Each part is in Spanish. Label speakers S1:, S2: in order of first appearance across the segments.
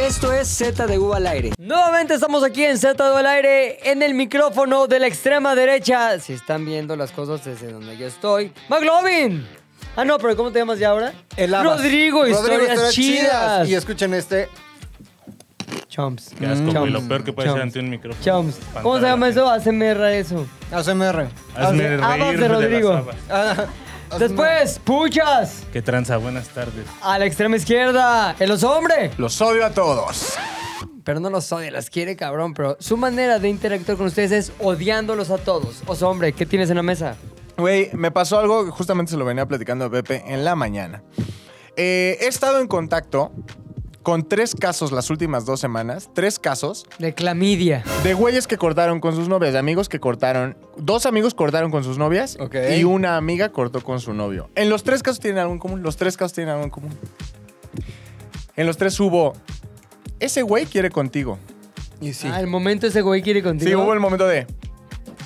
S1: Esto es Z de U al aire.
S2: Nuevamente estamos aquí en Z del aire, en el micrófono de la extrema derecha. Si están viendo las cosas desde donde yo estoy. ¡McLovin! Ah, no, pero ¿cómo te llamas ya ahora?
S3: El Abas.
S2: Rodrigo, historias, chidas.
S3: Y escuchen este.
S2: Chomps.
S4: Qué asco,
S2: Chomps.
S4: güey. Lo peor que puede ser
S2: Chomps.
S4: ante un micrófono.
S2: Chomps. ¿Cómo se llama eso? ASMR eso.
S3: ASMR.
S4: Hazme
S2: Hazme
S4: reír
S2: habas de
S4: de las
S2: Rodrigo.
S4: habas.
S3: Ah,
S2: Después, puchas.
S4: Qué tranza, buenas tardes.
S2: A la extrema izquierda, el oso hombre.
S5: Los odio a todos.
S2: Pero no los odia, las quiere cabrón, pero su manera de interactuar con ustedes es odiándolos a todos. Oso hombre, ¿qué tienes en la mesa?
S5: Güey, me pasó algo que justamente se lo venía platicando a Pepe en la mañana. Eh, he estado en contacto con tres casos las últimas dos semanas, tres casos
S2: De clamidia.
S5: de güeyes que cortaron con sus novias, de amigos que cortaron, dos amigos cortaron con sus novias
S3: Ok.
S5: y una amiga cortó con su novio. En los tres casos tienen algo en común, los tres casos tienen algo en común. En los tres hubo, ese güey quiere contigo.
S3: Y sí.
S2: Ah, el momento ese güey quiere contigo.
S5: Sí, hubo el momento de,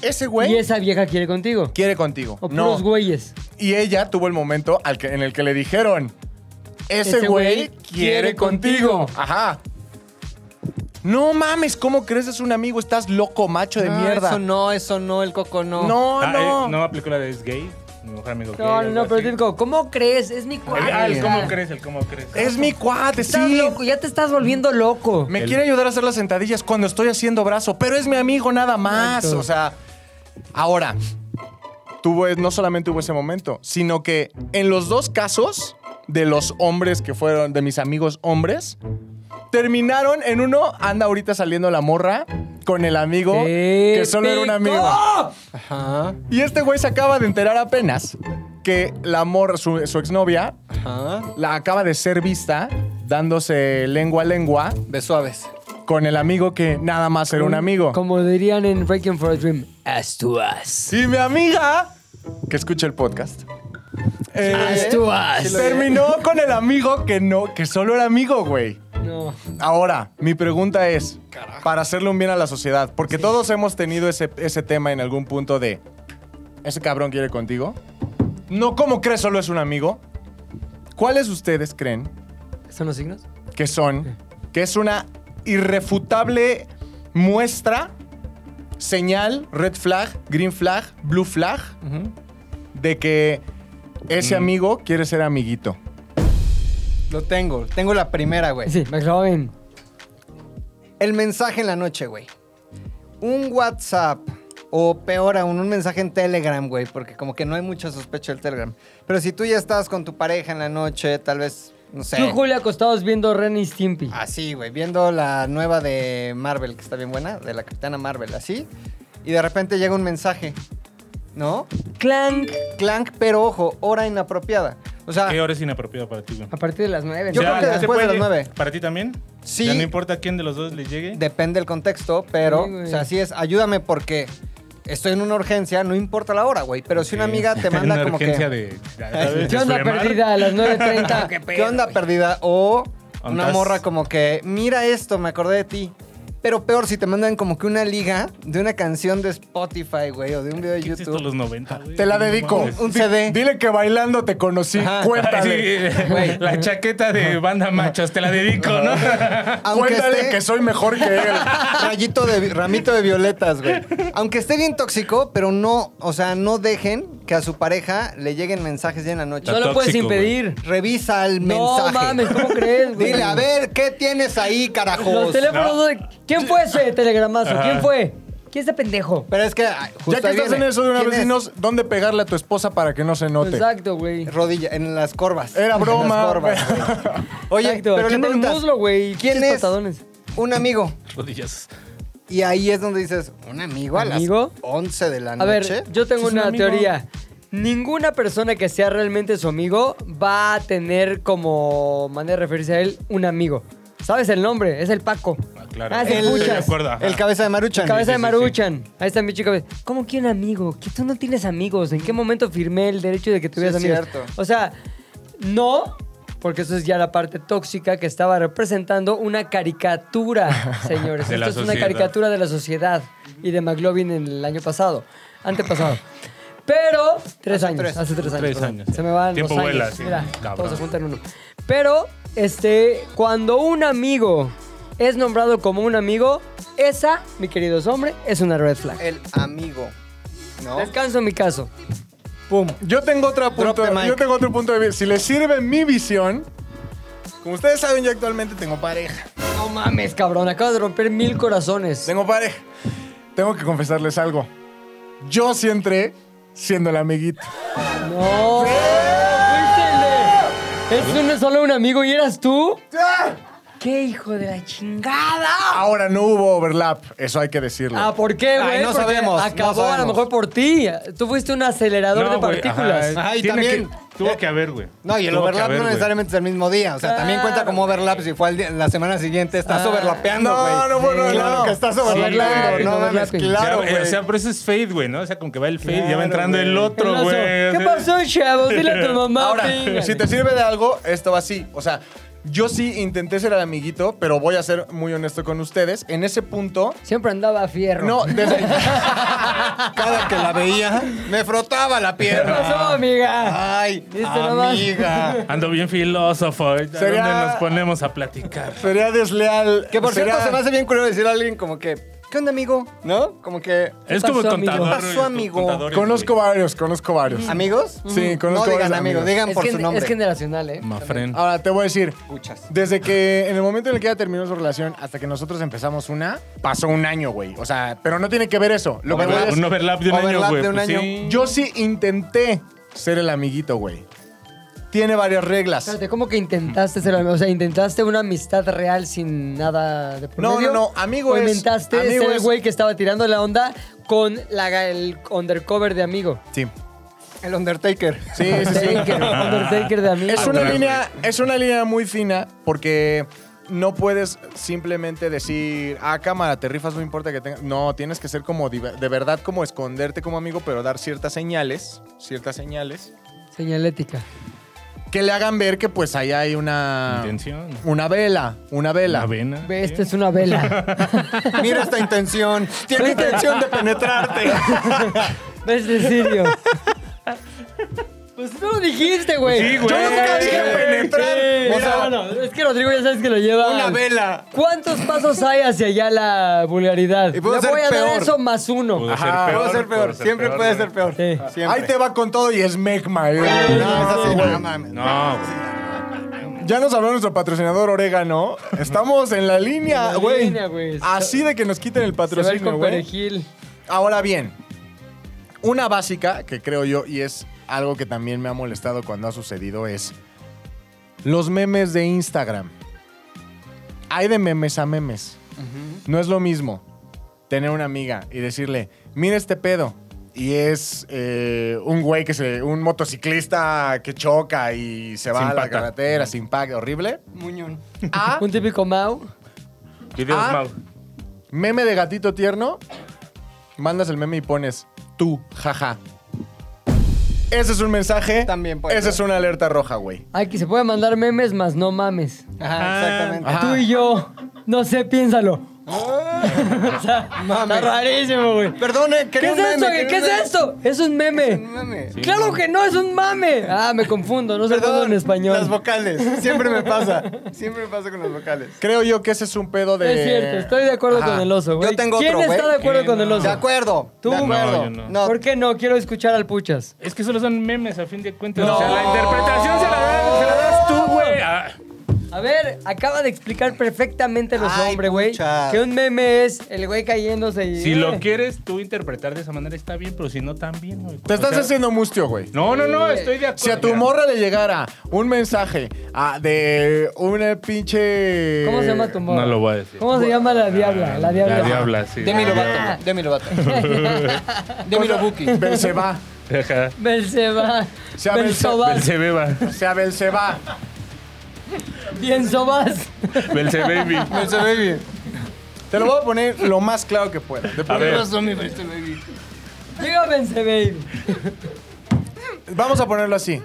S5: ese güey
S2: Y esa vieja quiere contigo.
S5: quiere contigo.
S2: O
S5: no,
S2: puros güeyes.
S5: Y ella tuvo el momento al que- en el que le dijeron, ese
S2: Ese güey
S5: güey quiere
S2: quiere contigo".
S5: contigo. Ajá. No mames, ¿cómo crees es un amigo? Estás loco, macho de
S3: No,
S5: mierda.
S3: Eso no, eso no, el coco no.
S5: no,
S4: Ah,
S5: Oh, no.
S4: eh, no aplicó la de es gay. Mi mejor amigo gay.
S2: No, no,
S4: algo
S2: no, pero
S4: así.
S2: típico, ¿cómo crees? Es mi cuate.
S4: El- ah, el cómo crees, el cómo crees.
S5: Es mi cuate,
S2: Estás
S5: sí.
S2: loco, ya te estás volviendo loco.
S5: Me
S4: El-
S5: quiere ayudar a hacer las sentadillas cuando estoy haciendo brazo, pero es mi amigo nada más.
S2: Exacto.
S5: O sea, ahora, tuvo, no solamente hubo ese momento, sino que en los dos casos de los hombres que fueron, de mis amigos hombres, terminaron en uno, anda ahorita saliendo la morra con el amigo que solo era un
S2: Típico.
S5: amigo.
S3: Ajá,
S5: Y este güey se acaba de enterar apenas que la morra, su, su exnovia,
S3: ajá.
S5: la acaba de ser vista dándose lengua a lengua
S3: De suaves.
S5: con el amigo que nada más era un amigo.
S2: Como dirían en Breaking for a Dream, as to us.
S5: Y mi amiga, que escucha el podcast, eh,
S2: As to
S5: Sí
S2: us.
S5: lo terminó con el amigo que no, que solo era amigo, güey.
S2: No.
S5: Ahora, mi pregunta es, para hacerle un bien a la sociedad, porque todos hemos tenido ese, ese tema en algún punto de, ¿ese cabrón quiere contigo? No, ¿cómo crees solo es un amigo? ¿Cuáles ustedes creen
S2: ¿Son los signos?
S5: que son, que es una irrefutable muestra, señal, red flag, green flag, blue flag, de que ese amigo quiere ser amiguito.
S3: Lo tengo, tengo la primera, güey.
S2: Sí, McLovin.
S3: El mensaje en la noche, güey. Un WhatsApp. O peor aún, un mensaje en Telegram, güey. Porque como que no hay mucho sospecho del Telegram. Pero si tú ya estás con tu pareja en la noche, tal vez, no sé.
S2: Tú, Julio, acostados viendo Ren y Stimpy.
S3: Así, güey, viendo la nueva de Marvel, que está bien buena, de la Capitana Marvel, así. Y de repente llega un mensaje, ¿no?
S2: Clank.
S3: Clank, pero ojo, hora inapropiada. O sea,
S4: ¿Qué hora es inapropiada para ti, güey?
S2: A partir de las 9.
S3: Yo creo que
S4: ¿ya se
S3: después de
S4: puede?
S3: las nueve.
S4: ¿Para ti también?
S3: Sí.
S4: Ya no importa quién de los dos le llegue.
S3: depende del contexto, pero,
S2: Sí, güey.
S3: o sea, así es, ayúdame porque estoy en una urgencia, no importa la hora, güey. Pero pues, si una
S4: Sí.
S3: amiga te manda
S4: Una
S3: como que.
S4: urgencia de. ya sabes,
S2: ¿Qué onda
S4: desfremar.
S2: perdida a las 9.30?
S3: "Ah, ¿Qué, onda, perdida? O una
S4: Ondas.
S3: morra como que, mira esto, me acordé de ti. Pero peor, si te mandan como que una liga de una canción de Spotify, güey, o de un video de
S4: ¿Qué hiciste
S3: YouTube.
S4: los 90, güey?
S5: Te la
S4: No
S5: dedico.
S4: mames.
S3: Un CD.
S5: Dile que bailando te conocí,
S3: Ajá.
S5: cuéntale.
S4: Sí,
S3: Güey.
S4: la chaqueta de banda machos, te la dedico, ¿no?
S3: Aunque
S5: cuéntale
S3: esté-
S5: que soy mejor que él.
S3: Rayito de vi- ramito de violetas, güey. Aunque esté bien tóxico, pero no, o sea, no dejen que a su pareja le lleguen mensajes ya en la noche.
S2: No lo puedes
S4: tóxico,
S2: impedir.
S3: Revisa el
S2: No
S3: mensaje.
S2: mames, ¿cómo crees, güey?
S3: Dile, a ver, ¿qué tienes ahí,
S2: Los
S3: carajos?
S2: teléfonos. de- ¿Quién fue ese telegramazo? ¿Quién fue? ¿Quién es ese pendejo?
S3: Pero es que ay,
S5: Ya
S3: justo
S5: que
S3: ahí
S5: estás en
S3: viene.
S5: eso de una
S3: ¿Quién
S5: vez,
S3: es?
S5: dinos dónde pegarle a tu esposa para que no se note.
S2: Exacto, güey.
S3: rodilla, en las corvas.
S5: Era
S3: En las
S5: broma.
S3: corvas, güey. Oye,
S2: Exacto,
S3: pero
S2: aquí en
S3: le
S2: el
S3: preguntas,
S2: muslo, güey,
S3: ¿Quién
S2: pinches
S3: es?
S2: patadones.
S3: Un amigo.
S4: Rodillas.
S3: Y ahí es donde dices, ¿un amigo a
S2: ¿Amigo?
S3: las 11 de la
S2: A
S3: noche?
S2: ver, yo tengo
S5: Sí, es un
S2: una
S5: amigo.
S2: teoría. Ninguna persona que sea realmente su amigo va a tener como manera de referirse a él un amigo. ¿Sabes el nombre? Es el Paco.
S4: Ah, claro.
S2: Ah, es el
S4: El- Estoy de
S2: Puchas.
S4: acuerdo. Ajá.
S3: El cabeza de Maruchan.
S2: Cabeza de
S4: sí, sí.
S2: Maruchan. Ahí está mi chica. ¿Cómo que un amigo? Que tú no tienes amigos. ¿En qué momento firmé el derecho de que tuvieras
S3: es
S2: amigos?
S3: cierto.
S2: O sea, no, porque eso es ya la parte tóxica que estaba representando una caricatura, señores.
S4: De la
S2: Esto es una
S4: sociedad.
S2: caricatura de la sociedad y de McLovin en el año pasado, antepasado. Pero, tres años,
S3: tres.
S2: hace tres años.
S4: Tres
S2: perdón.
S4: años, sí.
S2: Se me van
S4: Tiempo
S2: los años.
S4: vuela, sí,
S2: Mira,
S4: cabrón.
S2: todos se juntan en uno. Pero, este, cuando un amigo es nombrado como un amigo, esa, mi querido hombre, es una red flag.
S3: El amigo. ¿No?
S2: Descanso en mi caso.
S3: Pum.
S5: Yo tengo, otra
S3: Drop
S5: punto,
S3: the mic.
S5: yo tengo otro punto de vista. Si les sirve mi visión, como ustedes saben, yo actualmente tengo pareja.
S2: No mames, cabrón, acabas de romper mil corazones.
S5: Tengo pareja. Tengo que confesarles algo. Yo sí entré siendo el amiguito.
S2: No. fuiste el de- Es un- solo un amigo y eras tú. ¡Qué hijo de la chingada!
S5: Ahora no hubo overlap, eso hay que decirlo.
S2: Ah, ¿por qué, güey?
S3: Ay, no
S2: Porque
S3: sabemos, no
S2: Acabó a lo
S3: sabemos.
S2: mejor por ti. Tú fuiste un acelerador de
S4: güey, ajá,
S2: partículas.
S3: Ajá, y
S4: tiene
S3: también-
S4: que- tuvo que haber, güey.
S3: No, y el
S4: Tuvo que
S3: overlap
S4: haber,
S3: no
S4: güey.
S3: necesariamente es el mismo día. O sea, también cuenta como overlap si fue al día- la semana siguiente. Estás
S2: Ah.
S3: overlapeando, güey.
S5: no, no, bueno,
S2: Sí,
S5: claro
S2: no.
S5: que estás
S2: Sí,
S5: overlappando.
S2: güey,
S5: no mames,
S2: overlapping.
S5: claro,
S4: Ya, eh,
S5: güey.
S4: O sea, pero ese es fade, güey, ¿no? O sea, como que va el fade y ya
S5: Claro,
S4: va entrando
S5: güey.
S4: el
S2: El
S4: otro,
S2: oso.
S4: güey.
S2: ¿Qué pasó, chavos? Dile a tu mamá.
S5: Ahora,
S2: venga.
S5: si te sirve de algo, esto va así. O sea, yo sí intenté ser el amiguito, pero voy a ser muy honesto con ustedes. En ese punto,
S2: Siempre andaba a fierro.
S5: no, desde,
S3: Cada que la veía, me frotaba la
S2: ¿Qué pasó,
S5: Ah.
S3: pierna.
S2: amiga?
S3: Ay,
S2: ¿Viste nomás?
S3: amiga.
S4: Ando bien filósofo. ¿eh? ¿A
S5: Sería-
S4: dónde nos ponemos a platicar?
S5: sería desleal.
S3: Que por
S5: sería-
S3: cierto, se me hace bien curioso decir a alguien como que, ¿qué onda, amigo? ¿No? Como que,
S4: Es como
S2: pasó, amigo?
S4: contador.
S3: ¿Qué pasó,
S4: güey, con
S3: amigo?
S4: contadores,
S5: Conozco
S4: güey.
S5: varios, conozco varios.
S3: ¿amigos?
S5: Sí,
S3: No
S5: conozco varios
S3: digan amigos, digan
S2: Es,
S3: por
S2: gen-
S3: su nombre.
S2: es generacional, ¿eh?
S4: Mafren.
S5: Ahora te voy a decir,
S3: Escuchas.
S5: desde que en el momento en el que ella terminó su relación hasta que nosotros empezamos una, pasó un año, güey. O sea, pero no tiene que ver eso. Lo que voy
S4: Overlap,
S5: es-
S4: un overlap de un
S3: Overlap
S4: año, güey.
S3: de un
S4: pues
S3: año.
S4: sí.
S5: Yo sí intenté ser el amiguito, güey. Tiene varias reglas.
S2: Espérate, ¿cómo que intentaste ser amigo? O sea, ¿intentaste una amistad real sin nada de por
S5: No,
S2: medio?
S5: no, no, amigo
S2: ¿O
S5: es-
S2: intentaste
S5: amigo
S2: ser el
S5: es-
S2: güey que estaba tirando la onda con la, ga- el undercover de amigo?
S5: Sí.
S3: El Undertaker.
S5: Sí, sí, sí.
S2: Undertaker, Undertaker de amigo.
S5: Es una
S4: Atrás,
S5: línea, es una línea muy fina porque no puedes simplemente decir, ah, cámara, te rifas, no importa que tengas. No, tienes que ser como diver- de verdad como esconderte como amigo, pero dar ciertas señales, ciertas señales
S2: Señalética.
S5: que le hagan ver que pues ahí hay una
S4: Intención.
S5: una vela, una vela.
S4: La vena.
S2: Ve, este. Esta es una vela.
S3: Mira esta intención. Tiene
S2: Pues,
S3: intención de penetrarte.
S2: ¿Ves, Cecilio? este Pues tú lo dijiste, güey.
S4: Sí, güey. Yo nunca dije
S5: penetrar.
S2: O sea, bueno, es que Rodrigo ya sabes que lo lleva.
S3: Una vela.
S2: ¿Cuántos pasos hay hacia allá la vulgaridad?
S3: Y puedo
S2: Le
S3: ser
S2: voy a dar
S3: peor.
S2: eso más uno.
S4: Pudo ser
S5: Ajá,
S4: peor,
S3: Puede ser
S4: pudo
S3: peor. Siempre puede ser peor.
S2: Sí. Ah.
S3: Siempre. Ah,
S5: Ahí te va con todo y es Megma. eh.
S3: No, es así, no mames.
S4: No,
S5: Ya nos habló nuestro patrocinador Orégano. Estamos en la
S2: En
S5: línea,
S2: la
S5: güey.
S2: línea, güey.
S5: Así de que nos quiten el
S2: Se va a ir
S5: patrocinio,
S2: con
S5: güey.
S2: perejil.
S5: Ahora bien, una básica que creo yo y es algo que también me ha molestado cuando ha sucedido es los memes de Instagram. Hay de memes a memes. No es lo mismo tener una amiga y decirle, mira este pedo. Y es eh, un güey que se. un motociclista que choca y se va
S4: Sin
S5: a la
S4: pata.
S5: carretera sin paga, horrible.
S3: Muñón.
S5: A
S2: Un típico Mau.
S4: videos
S5: Ah.
S4: mal.
S5: Meme de gatito tierno. Mandas el meme y pones tú, jaja. Ese es un mensaje.
S3: También puede
S5: Esa
S3: ser.
S5: es una alerta roja, güey.
S2: Ay, que se puede mandar memes, más no mames.
S3: Ajá,
S2: Ah.
S3: exactamente.
S5: Ajá.
S2: Tú y yo. No sé, piénsalo. Ah. o sea,
S3: Mames.
S2: está rarísimo, güey.
S3: Perdone,
S2: ¿Qué
S3: quería
S2: es
S3: un
S2: esto?
S3: meme,
S2: güey? ¿Qué
S3: quería
S2: es
S3: un meme.
S2: esto? Es un meme.
S3: Un meme.
S2: Claro que no, es un mame. Ah, me confundo, no sé todo en
S3: Las
S2: español.
S3: vocales. Siempre me pasa. Siempre me pasa con las vocales.
S5: Creo yo que ese es un pedo de.
S2: Es cierto, estoy de acuerdo
S5: Ajá.
S2: con el oso, güey.
S3: Yo tengo
S2: ¿Quién
S3: otro,
S2: está
S3: güey.
S2: de acuerdo
S4: Que
S2: con el
S4: no.
S3: De
S2: oso?
S3: acuerdo.
S2: Tú.
S3: De
S2: No,
S3: acuerdo.
S4: yo no.
S2: ¿Por qué no? Quiero escuchar al Puchas.
S4: Es que solo son memes, a fin de cuentas.
S5: No.
S4: O sea, la interpretación se la, da- se la das tú, güey. Ah,
S2: A ver, acaba de explicar perfectamente los
S3: Ay,
S2: hombres, güey.
S3: Puchas.
S2: Que un meme es el güey cayéndose y. eh,
S4: Si lo quieres tú interpretar de esa manera, está bien, pero si no, también, güey.
S5: Te estás
S4: O sea,
S5: haciendo mustio, güey.
S4: No, no, no, estoy de acuerdo.
S5: Si a tu
S4: Mira,
S5: morra le llegara un mensaje ah, de una pinche.
S2: ¿Cómo se llama tu morra?
S4: No lo voy a decir. Ah,
S2: ¿Cómo se llama la diabla? La diabla.
S4: La diabla, sí.
S3: Demi
S2: Ah.
S4: La
S3: Lovato. Demi Lovato. Demi Lobuki.
S5: Ve, se va.
S4: Ajá.
S2: Belceba.
S5: Se llama
S2: Belzobas.
S4: Belcebeba.
S5: Se va, se va.
S2: Bien sobas.
S4: Belcebaby.
S3: Dulce Baby.
S5: Te lo voy a poner lo más claro que pueda. De-
S4: A ver,
S2: Llega Belcebaby.
S5: Vamos a ponerlo así.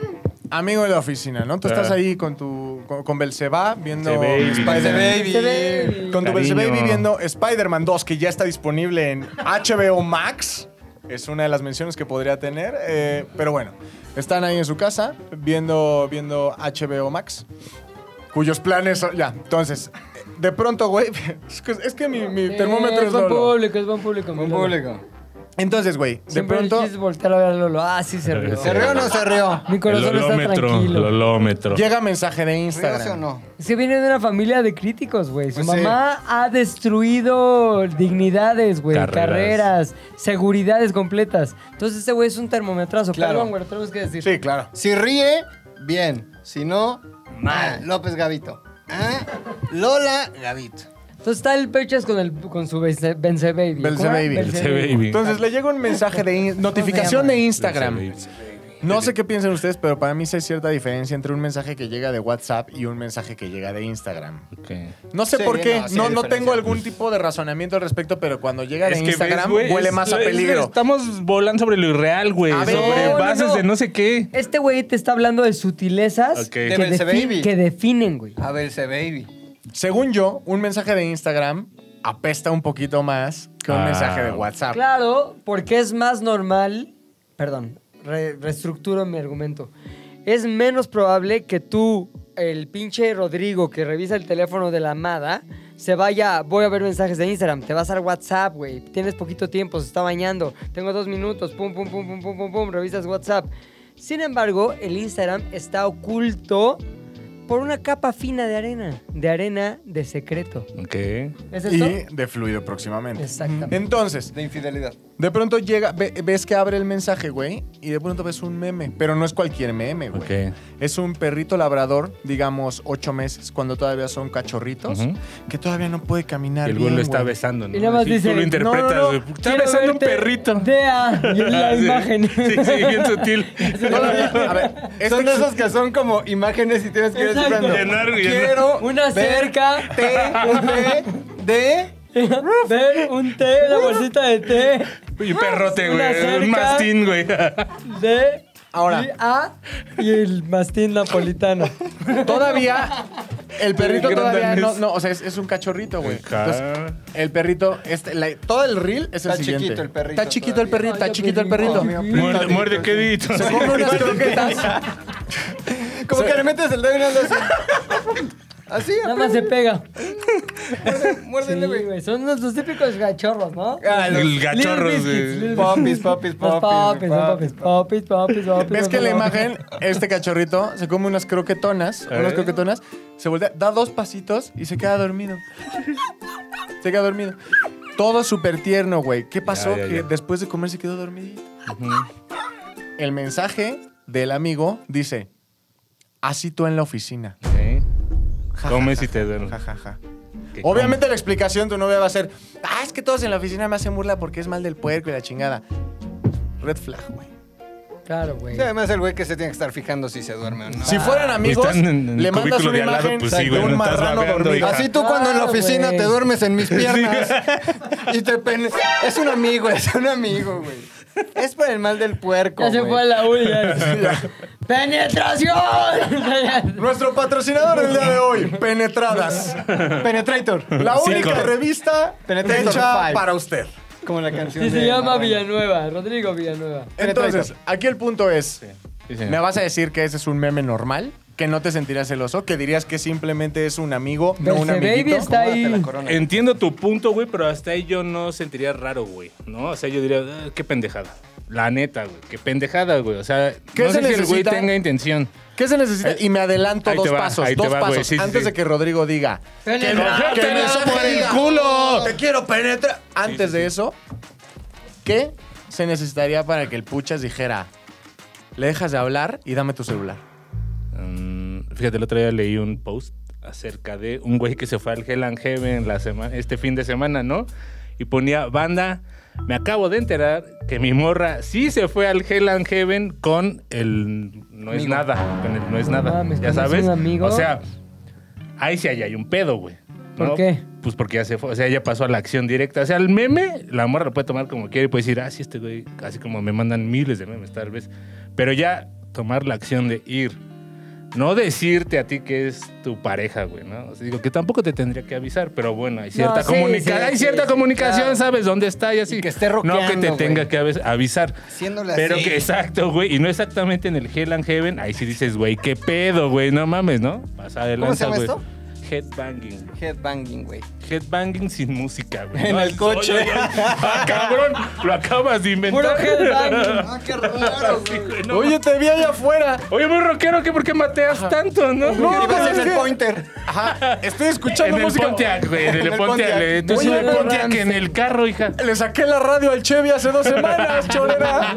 S5: Amigo de la oficina, ¿no? Tú
S4: Ah.
S5: estás ahí con tu. con, con Belcebá viendo
S4: Belcebaby.
S5: Spider-Man.
S3: Dulce Baby.
S2: Belcebaby.
S5: Con tu
S4: Cariño.
S5: Belzebub viendo Spider-Man 2, que ya está disponible en HBO Max. Es una de las menciones que podría tener. eh, pero bueno, están ahí en su casa viendo, viendo HBO Max, cuyos planes son. Ya, entonces, eh, de pronto, güey, es que, es que mi,
S2: Eh,
S5: mi termómetro es
S2: buen
S5: Lolo.
S2: público, es buen público. mi
S3: Un
S2: Lolo.
S3: público.
S5: Entonces, güey, de
S2: Siempre
S5: pronto
S2: quise voltear a ver a Lolo. Ah, sí se rió.
S3: ¿Se rió o no se rió?
S2: Mi corazón está tranquilo.
S4: Lolómetro.
S5: llega mensaje de
S3: ¿Rióse o
S5: Instagram.
S3: no?
S2: Es que viene de una familia de críticos, güey. Su
S3: Pues sí.
S2: mamá ha destruido dignidades, güey. Carreras.
S4: Carreras.
S2: seguridades completas. Entonces ese güey es un termometrazo.
S3: Claro.
S2: Perdón, güey, lo tenemos que decir.
S5: Sí, claro.
S3: Si ríe, bien. Si no, mal. López Gavito. Ah, Lola Gavito.
S2: Entonces está el Pechas con, el, con su Benze Benze Baby. ¿Cómo
S5: Benze
S2: era?
S5: Baby.
S4: Benze Baby.
S5: Entonces le llega un mensaje de in- notificación de Instagram. No sé qué piensan ustedes, pero para mí sí hay cierta diferencia entre un mensaje que llega de WhatsApp y un mensaje que llega de Instagram.
S4: Ok.
S5: No sé
S3: Sí,
S5: por qué,
S3: no, sí hay
S5: no, no,
S3: diferencia.
S5: tengo algún tipo de razonamiento al respecto, pero cuando llega de
S4: Es que ves,
S5: Instagram
S4: güey,
S5: huele
S4: es-
S5: más a
S4: es-
S5: peligro.
S4: estamos volando sobre lo irreal, güey.
S5: A ver,
S4: Sobre
S5: no, no,
S4: bases
S2: no.
S4: de no sé qué.
S2: Este güey te está hablando de sutilezas
S4: Ok.
S2: que,
S4: De
S3: Benze
S2: defi-
S3: Baby.
S2: que definen, güey.
S3: A ver, ese baby.
S5: Según yo, un mensaje de Instagram apesta un poquito más que un
S4: Ah.
S5: mensaje de WhatsApp.
S2: Claro, porque es más normal. Perdón, re- reestructuro mi argumento. Es menos probable que tú, el pinche Rodrigo que revisa el teléfono de la amada, se vaya, voy a ver mensajes de Instagram, te vas al WhatsApp, güey. Tienes poquito tiempo, se está bañando, tengo dos minutos, pum, pum, pum, pum, pum, pum, pum, revisas WhatsApp. Sin embargo, el Instagram está oculto por una capa fina de arena, de arena de secreto.
S4: Ok.
S2: ¿Es esto?
S5: Y de fluido próximamente.
S2: Exactamente.
S5: Entonces,
S3: De infidelidad.
S5: de pronto llega, ve- ves que abre el mensaje, güey, y de pronto ves un meme. Pero no es cualquier meme, güey.
S4: Ok.
S5: Es un perrito labrador, digamos, ocho meses, cuando todavía son cachorritos,
S4: Ujú.
S5: que todavía no puede caminar.
S4: El güey lo
S5: bien,
S4: está
S5: güey.
S4: besando, ¿no?
S2: Y nada más
S4: Así
S2: dice.
S4: Tú lo interpretas,
S2: "No, no, no,
S4: güey. está
S2: quiero
S4: besando un
S2: verte
S4: perrito.
S2: de a- y en la
S4: Ah, sí.
S2: imagen.
S4: Sí, sí, bien sutil.
S5: A ver, este
S3: Son de esas que son como imágenes y tienes que ir
S2: Exacto.
S3: descifrando.
S4: Llenar, llenar.
S3: Quiero
S2: Una cerca.
S3: T, un P, D.
S2: Ver un té, una bolsita de té.
S4: Y perrote,
S2: Una
S4: güey.
S2: cerca.
S4: Un mastín, güey.
S2: De.
S5: Ahora.
S2: Y A. Y el mastín napolitano.
S5: Todavía. El perrito
S4: El gran
S5: todavía no,
S4: danés.
S5: no, o sea, es, es un cachorrito, güey.
S4: Ajá.
S5: Entonces, el perrito, este, la- todo el reel es el
S3: Está
S5: siguiente.
S3: chiquito el perrito
S5: Está chiquito el
S3: todavía.
S5: perrito,
S2: Ay,
S5: está
S2: yo
S5: chiquito el perrito.
S2: perrito.
S4: Muerde, muerde, qué dito.
S5: Se come unas croquetas.
S3: Como que le metes el dedo y no lo haces. Así,
S2: Nada más se pega.
S3: muerde-
S2: Sí,
S3: muérdele, güey.
S2: güey. Son los, los típicos gachorros, ¿no?
S3: Ah, los
S4: El
S2: Little
S4: gachorros,
S2: Biscuits,
S4: güey.
S2: Little
S3: Popis,
S2: Biscuits.
S3: popis,
S2: Los
S3: popis,
S2: popis, los popis,
S3: popis,
S2: popis, popis, popis.
S5: ¿Ves que en
S2: los
S5: la
S2: popis.
S5: imagen, este cachorrito se come unas croquetonas,
S4: ¿Eh?
S5: unas croquetonas, se voltea, da dos pasitos y se queda dormido. se queda dormido. Todo súper tierno, güey. ¿Qué pasó?
S4: ya,
S5: que
S4: ya.
S5: después de comer se quedó dormidito. El mensaje del amigo dice, así tú en la oficina.
S4: Ok. Comes y te
S5: Ja,
S4: duermes.
S5: ja, ja.
S4: Que
S5: Obviamente la explicación de tu novia va a ser, ah, es que todos en la oficina me hacen burla porque es mal del puerco y la chingada. Red flag, güey.
S2: Claro, güey.
S3: Sí, además el güey que se tiene que estar fijando si se duerme o no.
S5: Si fueran amigos,
S4: Están en- en
S5: le mandas
S4: cubículo
S5: una
S4: de al lado,
S5: imagen
S4: pues sí,
S5: de
S4: güey,
S5: un
S4: no estás
S5: marrano
S4: babeando,
S5: dormido.
S4: hija.
S3: Así tú cuando en la
S2: Claro,
S3: oficina
S2: Ah, güey.
S3: te duermes en mis piernas y te pen... Es un amigo, es un amigo, güey. Es por el mal del puerco,
S2: Ya se
S3: güey.
S2: fue a la uni. ya. ¡Penetración!
S5: Nuestro patrocinador del día de hoy, Penetradas.
S3: Penetrator.
S5: La
S4: Sí,
S5: única
S4: correcto.
S5: revista
S3: Penetrator
S5: hecha
S3: Five.
S5: para usted.
S3: Como la canción
S2: Y
S3: de
S2: se llama
S3: Marrano.
S2: Villanueva, Rodrigo Villanueva.
S3: Penetrator.
S5: Entonces, aquí el punto es,
S4: Sí, señor.
S5: ¿me vas a decir que ese es un meme normal? ¿Que no te sentirás celoso? ¿Que dirías que simplemente es un amigo, no un
S2: Ese baby
S5: amiguito?
S2: está ahí.
S3: Acomódate la corona.
S4: Entiendo tu punto, güey, pero hasta ahí yo no sentiría raro, güey. ¿No? O sea, yo diría, "Ah, qué pendejada. La neta, güey. Qué pendejada, güey. O sea,
S5: ¿Qué
S4: no
S5: se
S4: sé si el güey
S5: necesita?
S4: tenga intención.
S5: ¿Qué se necesita? Y me adelanto
S4: Ahí te
S5: dos
S4: va,
S5: pasos,
S4: ahí te
S5: dos
S4: va, güey.
S5: pasos,
S4: Sí, sí,
S5: antes
S4: sí.
S5: de que Rodrigo diga
S2: Penetra-
S5: no-
S4: Penetra-
S5: mensaje
S4: por el
S5: diga,
S4: culo.
S5: ¡Te quiero penetrar! Antes de eso, ¿qué se necesitaría para que el puchas dijera le dejas de hablar y dame tu celular?
S4: Mm, fíjate, el otro día leí un post acerca de un güey que se fue al Hell and Heaven la semana, este fin de semana, ¿no? Y ponía, banda, me acabo de enterar que mi morra sí se fue al Hell and Heaven con el no es
S3: Amigo.
S4: nada, con el no es nada,
S2: mames,
S4: ya
S2: ¿conoces
S4: sabes.
S2: un amigo?
S4: O sea, ahí sí hay, hay un pedo, güey.
S2: ¿Por
S4: ¿no?
S2: qué?
S4: Pues porque ya se fue, o sea, ya pasó a la acción directa. O sea, el meme, la morra lo puede tomar como quiere y puede decir, ah, sí, este güey, así como me mandan miles de memes tal vez. Pero ya tomar la acción de ir, no decirte a ti que es tu pareja, güey, ¿no? O sea, digo que tampoco te tendría que avisar, pero bueno, hay cierta,
S2: sí,
S4: comunica-
S2: sí,
S4: hay
S2: sí,
S4: cierta
S2: sí,
S4: comunicación,
S2: claro.
S4: sabes dónde está y así.
S3: Y que esté roqueando,
S4: No que te
S3: güey. Pues
S4: tenga que avis- avisar.
S3: Haciéndole
S4: Pero
S3: así.
S4: que exacto, güey. Y no exactamente en el Hell and Heaven. Ahí sí dices, güey, qué pedo, güey. No mames, ¿no? Pasa adelante,
S3: llama
S4: güey.
S3: esto?
S4: headbanging.
S3: Headbanging, güey.
S4: Headbanging sin música, güey.
S3: En el
S4: es-
S3: coche.
S4: oye, oye, ah, cabrón, lo acabas de inventar.
S2: Puro headbanging.
S3: Ah, qué raro,
S4: Sí, güey, no.
S5: Oye, te vi allá afuera.
S4: Oye, muy rockero, ¿qué por qué mateas tanto, no?
S5: No,
S3: Iba a ser
S5: pero es
S3: el
S5: que-
S3: pointer.
S5: Ajá, estoy
S4: En
S5: escuchando
S4: el
S5: música.
S4: Pontiac, güey. En el Pontiac. le- Tú
S5: Oye,
S4: sí en el
S5: no,
S4: Pontiac en el carro, hija.
S5: Le saqué la radio al Chevy hace dos semanas, chorera.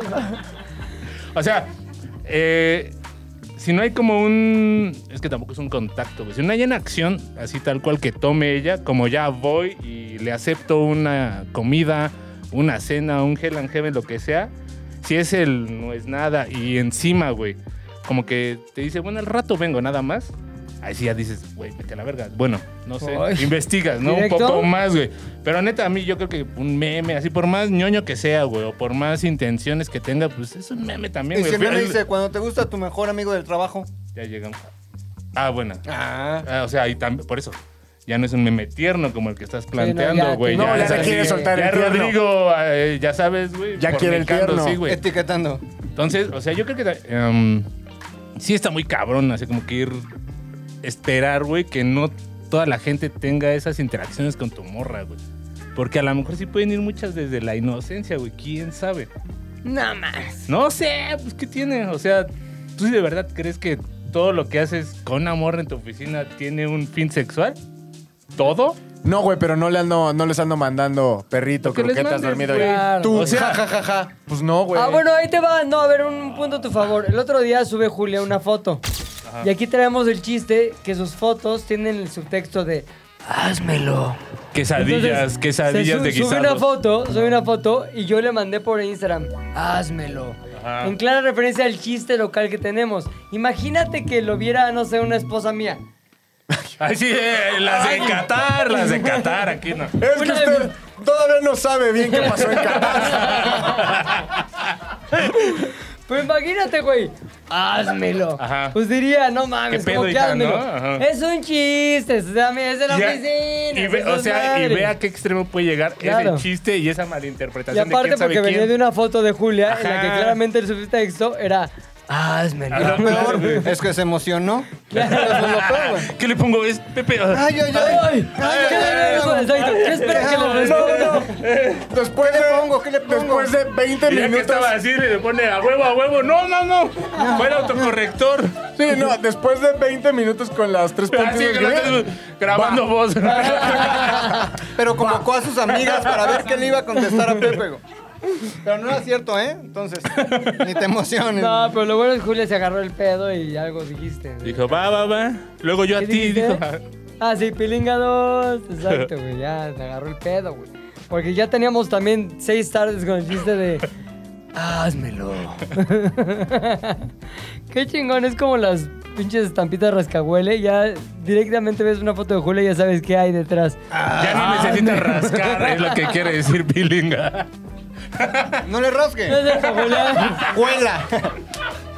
S4: O sea, eh, si no hay como un. Es que tampoco es un contacto, güey. Si no hay una acción así tal cual que tome ella, como ya voy y le acepto una comida, una cena, un gel and heaven, lo que sea. Si es el no es nada y encima, güey, como que te dice, bueno, al rato vengo nada más. Ahí sí ya dices, güey, vete a la verga. Bueno, no sé,
S2: Ay.
S4: investigas, ¿no?
S2: ¿Directo?
S4: Un poco más, güey. Pero neta, a mí yo creo que un meme, así por más ñoño que sea, güey, o por más intenciones que tenga, pues es un meme también,
S3: Y
S4: güey.
S3: si no
S4: Fíjate-
S3: le dice, cuando te gusta tu mejor amigo del trabajo.
S4: Ya llegamos. Ah, buena.
S3: Ah.
S4: Ah, o sea, ahí también, por eso. Ya no es un meme tierno como el que estás
S2: no, ya-
S4: planteando, güey.
S2: no, ya
S4: es
S2: se
S4: así.
S2: quiere
S5: soltar
S4: ya
S5: el tierno.
S4: Rodrigo, eh, ya sabes, güey.
S5: Ya quiere el
S4: fornicando,
S5: tierno.
S4: Sí, güey.
S3: Etiquetando.
S4: Entonces, o sea, yo creo que em, sí está muy cabrón, así como que ir esperar, güey, que no toda la gente tenga esas interacciones con tu morra, güey. Porque a lo mejor sí pueden ir muchas desde la inocencia, güey. ¿Quién sabe?
S2: Nada más.
S4: No sé, pues qué tiene. O sea, ¿tú sí de verdad crees que todo lo que haces con una morra en tu oficina tiene un fin sexual? ¿Todo?
S5: No, güey, pero no, le ando, no les ando mandando perrito,
S4: Lo que les
S5: croquetas
S4: mandes,
S5: dormido.
S4: güey.
S5: y Tú,
S4: O sea-
S5: ja, ja, ja, ja. Pues no, güey.
S2: Ah, bueno, ahí te va. No, a ver, un punto a tu favor. El otro día sube Julia una foto. Y aquí traemos el chiste que sus fotos tienen el subtexto de Házmelo.
S4: Quesadillas,
S2: Entonces,
S4: quesadillas
S2: se su-
S4: de guisados.
S2: Sube una foto, sube una foto y yo le mandé por Instagram, házmelo.
S4: Ajá.
S2: En clara referencia al chiste local que tenemos. Imagínate que lo viera, no sé, una esposa mía.
S4: Ay, sí, eh, las de Qatar, las de Qatar, aquí no.
S5: Es que
S2: Una de
S5: usted todavía no sabe bien qué pasó en Qatar.
S2: Pues imagínate, güey. Házmelo.
S4: Ajá.
S2: Pues diría, no mames,
S4: ¿Qué pedo,
S2: como que
S4: hija,
S2: házmelo.
S4: no? Ajá.
S2: Es un chiste, o sea, es de la
S4: Y a-
S2: oficina.
S4: y ve-
S2: es
S4: o sea, y
S2: desmadre.
S4: ve a qué extremo puede llegar
S2: Claro.
S4: ese chiste y esa
S2: Y
S4: malinterpretación
S2: aparte
S4: de quién sabe
S2: porque venía
S4: quién.
S2: de una foto de Julia en la que
S4: Ajá.
S2: claramente el subtexto era
S4: Ah,
S2: házmelo.
S4: no, claro, güey.
S3: Es que se emocionó.
S4: ¿Qué le pongo? Es Pepe.
S3: Ay, ay, ay.
S2: ¡Ay!
S3: Ay,
S2: ¿Qué
S3: ay,
S2: le- exacto, ¿qué espera que le responda?
S5: No, no. Después de,
S3: pongo? ¿Qué le pongo?
S5: Después de 20
S4: Y ya que
S5: minutos.
S4: estaba así, le pone a huevo, a huevo. No, no, no. Fue el autocorrector.
S5: Sí, no, después de 20 minutos con las tres puntitas.
S4: Así que lo
S5: güey.
S4: estoy grabando voz.
S3: Pero convocó a sus amigas para ver qué le iba a contestar a Pepe. güey. Pero no era cierto, ¿eh? Entonces, ni te emociones.
S2: No, pero lo bueno es que Julia se agarró el pedo y algo dijiste.
S4: Dijo, va, va, va. Luego yo a
S2: ¿Qué
S4: ti. Dijo,
S2: dijiste? Ah, sí, Pilinga 2. Exacto, güey. Ya se agarró el pedo, güey. Porque ya teníamos también seis tardes con el chiste de. Házmelo. Qué chingón, es como las pinches estampitas rascahuele. Ya directamente ves una foto de Julia y ya sabes qué hay detrás.
S4: ya no necesitas rascar, es lo que quiere decir Pilinga.
S3: No
S2: No
S3: le
S2: es
S3: rasque.
S2: eso, Julia.
S3: Vuela.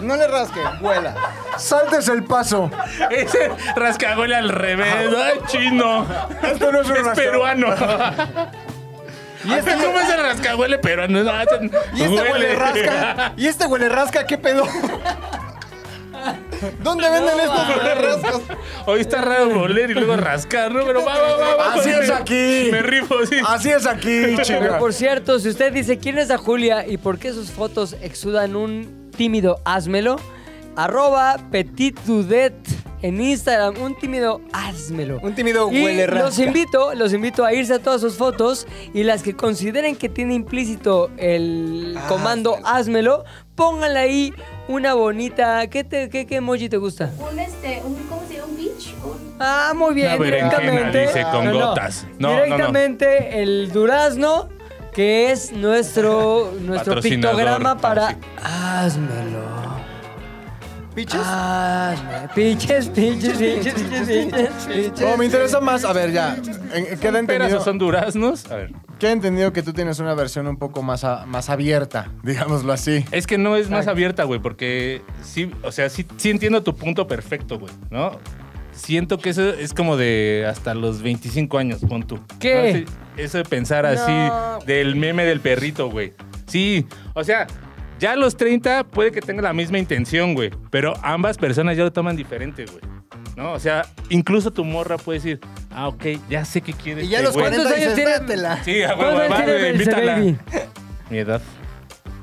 S3: No le rasque. Vuela.
S5: Saltes el paso.
S4: Ese rascahuele al revés. Ay, chino.
S5: Esto no es un
S4: Es
S5: rasca-
S4: peruano. ¿Y este cómo es el rascahuele peruano? No, este
S3: ¿Y este huele, rasca? ¿Y este huele rasca? ¿Qué pedo? ¿Dónde venden estos huele rascas?
S4: Hoy está raro volver y luego rascar, ¿no? Pero va, va, va. va,
S5: Así
S4: me-
S5: es aquí. Ah,
S4: Me rifo, sí.
S5: Así es aquí,
S2: Pero
S5: chinga.
S2: por cierto, si usted dice quién es a Julia y por qué sus fotos exudan un tímido házmelo, arroba Petit Dudet en Instagram, un tímido házmelo.
S3: Un tímido
S2: Y
S3: huele rasca.
S2: los invito, los invito a irse a todas sus fotos y las que consideren que tiene implícito el
S3: Ah,
S2: comando házmelo, pónganle ahí una bonita. ¿Qué, te- qué, qué emoji te gusta?
S6: un este, un, ¿cómo se llama? Un beach, un
S2: Ah, muy bien.
S4: Una berenjena,
S2: directamente.
S4: dice, con gotas. No, no, no.
S2: directamente el durazno, que es nuestro, nuestro
S4: Patrocinador,
S2: pictograma para.
S4: sí.
S2: Házmelo.
S3: ¿Piches?
S2: Ah. Hazme. Pinches, pinches, pinches, pinches, pinches.
S5: No, me interesa más. A ver, ya. ¿En- en-
S4: ¿Peras
S5: Queda entendido,
S4: o son duraznos? A ver.
S5: queda entendido que tú tienes una versión un poco más, a- más abierta, digámoslo así.
S4: Es que no es más abierta, güey, porque sí, o sea, sí, sí entiendo tu punto perfecto, güey, ¿no? Siento que eso es como de hasta los 25 años, pon tú.
S2: ¿Qué?
S4: No, sí, Eso de pensar
S2: No.
S4: así del meme del perrito, güey. Sí, o sea, ya a los 30 puede que tenga la misma intención, güey, pero ambas personas ya lo toman diferente, güey. ¿no? O sea, incluso tu morra puede decir, ah, ok, ya sé que quieres.
S3: Y ya a los
S4: güey".
S3: 40
S2: ¿Cuántos
S3: dices,
S2: años tiene?
S3: "Dátela".
S4: Sí, a huevo,
S2: ¿Cuántos años
S4: va,
S2: tiene
S4: güey,
S2: Belce
S4: invítala.
S2: Baby?
S4: Mi edad.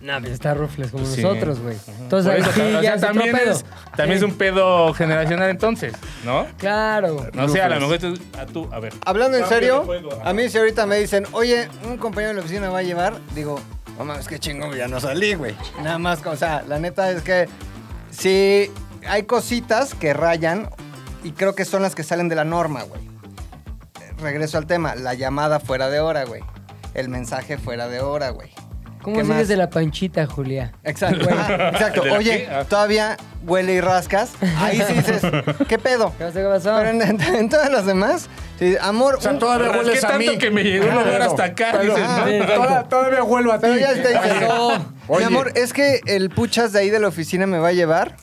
S2: No, pues está rufles como
S4: Sí.
S2: nosotros, güey.
S4: Ajá.
S2: Entonces
S4: Por
S2: ahí
S4: eso,
S2: sí,
S4: o sea,
S2: ya es otro
S4: también,
S2: pedo.
S4: es, también es un pedo generacional entonces, ¿no?
S2: Claro.
S4: No sé, a lo mejor tú, a tú, a ver.
S3: Hablando en
S4: Cambio de
S3: serio,
S4: juego, ajá.
S3: a mí si ahorita me dicen, oye, un compañero de la oficina va a llevar, digo, no mames, qué chingón, ya no salí, güey. Nada más, o sea, la neta es que sí hay cositas que rayan y creo que son las que salen de la norma, güey. Eh, Regreso al tema, la llamada fuera de hora, güey. El mensaje fuera de hora, güey.
S2: ¿Cómo
S3: ¿Qué
S2: sigues
S3: más?
S2: de la panchita, Julia?
S3: Exacto, güey. Exacto.
S4: ¿De la
S3: Oye,
S4: qué? Ah.
S3: todavía huele y rascas. Ahí sí dices, ¿qué pedo?
S2: ¿Qué pasó? ¿Qué pasó?
S3: Pero en, en- en todas las demás, sí, amor,
S5: O sea,
S3: un-
S5: todavía
S4: Rasqué
S5: hueles a mí.
S4: tanto que me llegó el olor hasta acá,
S5: Pero- ah,
S4: dices,
S3: ¿no?
S5: Toda- Todavía, huelo a ti.
S3: Pero ya te dices, no. Mi
S5: Oye.
S3: amor, es que el puchas de ahí de la oficina me va a llevar.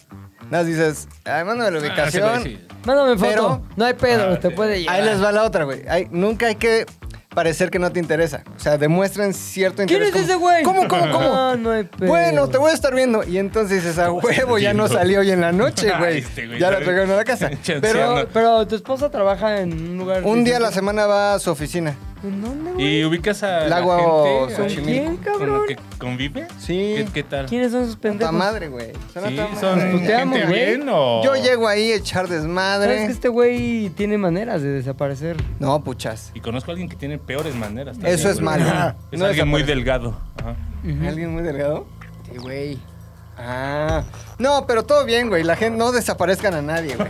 S3: Nos dices, ay, mándame la
S4: Ah,
S3: ubicación.
S4: ese güey sí.
S2: Mándame foto.
S3: Pero-
S2: no hay pedo,
S4: Ah,
S2: te
S4: sí.
S2: puede llevar.
S3: ahí les va la otra, güey. Ay, Nunca hay que parecer que no te interesa. O sea, demuestren cierto
S2: ¿Quién
S3: interés.
S2: es
S3: como,
S2: ese güey? Ah,
S3: ¿Cómo, cómo, cómo?
S2: No, no hay pedo.
S3: Bueno, te voy a estar viendo. Y entonces dices, a huevo, ya no
S4: viendo.
S3: salió hoy en la noche,
S4: Ay,
S3: güey.
S4: este güey,
S3: ya lo
S4: ¿sabes?
S3: trajeron a la casa.
S4: Chanceando.
S3: Pero
S2: Pero, pero tu esposa trabaja en un lugar...
S3: un día a la
S2: distinto.
S3: semana va a su oficina.
S2: ¿En dónde, güey?
S4: ¿Y ubicas a la
S3: Lago
S4: gente
S2: ¿Con
S3: Xochimilco.
S2: quién,
S4: con la
S2: cabrón?
S4: que convive?
S3: Sí.
S4: ¿Qué, qué tal?
S2: ¿Quiénes son esos
S3: Puta
S2: pendejos?
S3: madre, güey. Son
S4: Sí,
S3: a toda
S4: ¿Son
S3: madre.
S4: gente
S2: Te amo, güey.
S4: bien o...?
S3: Yo llego ahí a echar
S2: ¿Sabes
S3: desmadre.
S2: que este güey tiene maneras de desaparecer?
S3: No, puchas.
S4: Y conozco a alguien que tiene peores maneras.
S3: Eso es
S4: güey.
S3: malo.
S4: Es
S3: No
S4: alguien muy
S3: desaparece.
S4: delgado. Ajá.
S3: ¿Alguien muy delgado?
S2: Sí, güey.
S3: Ah. No, pero todo bien, güey. La gente no desaparezcan a nadie, güey.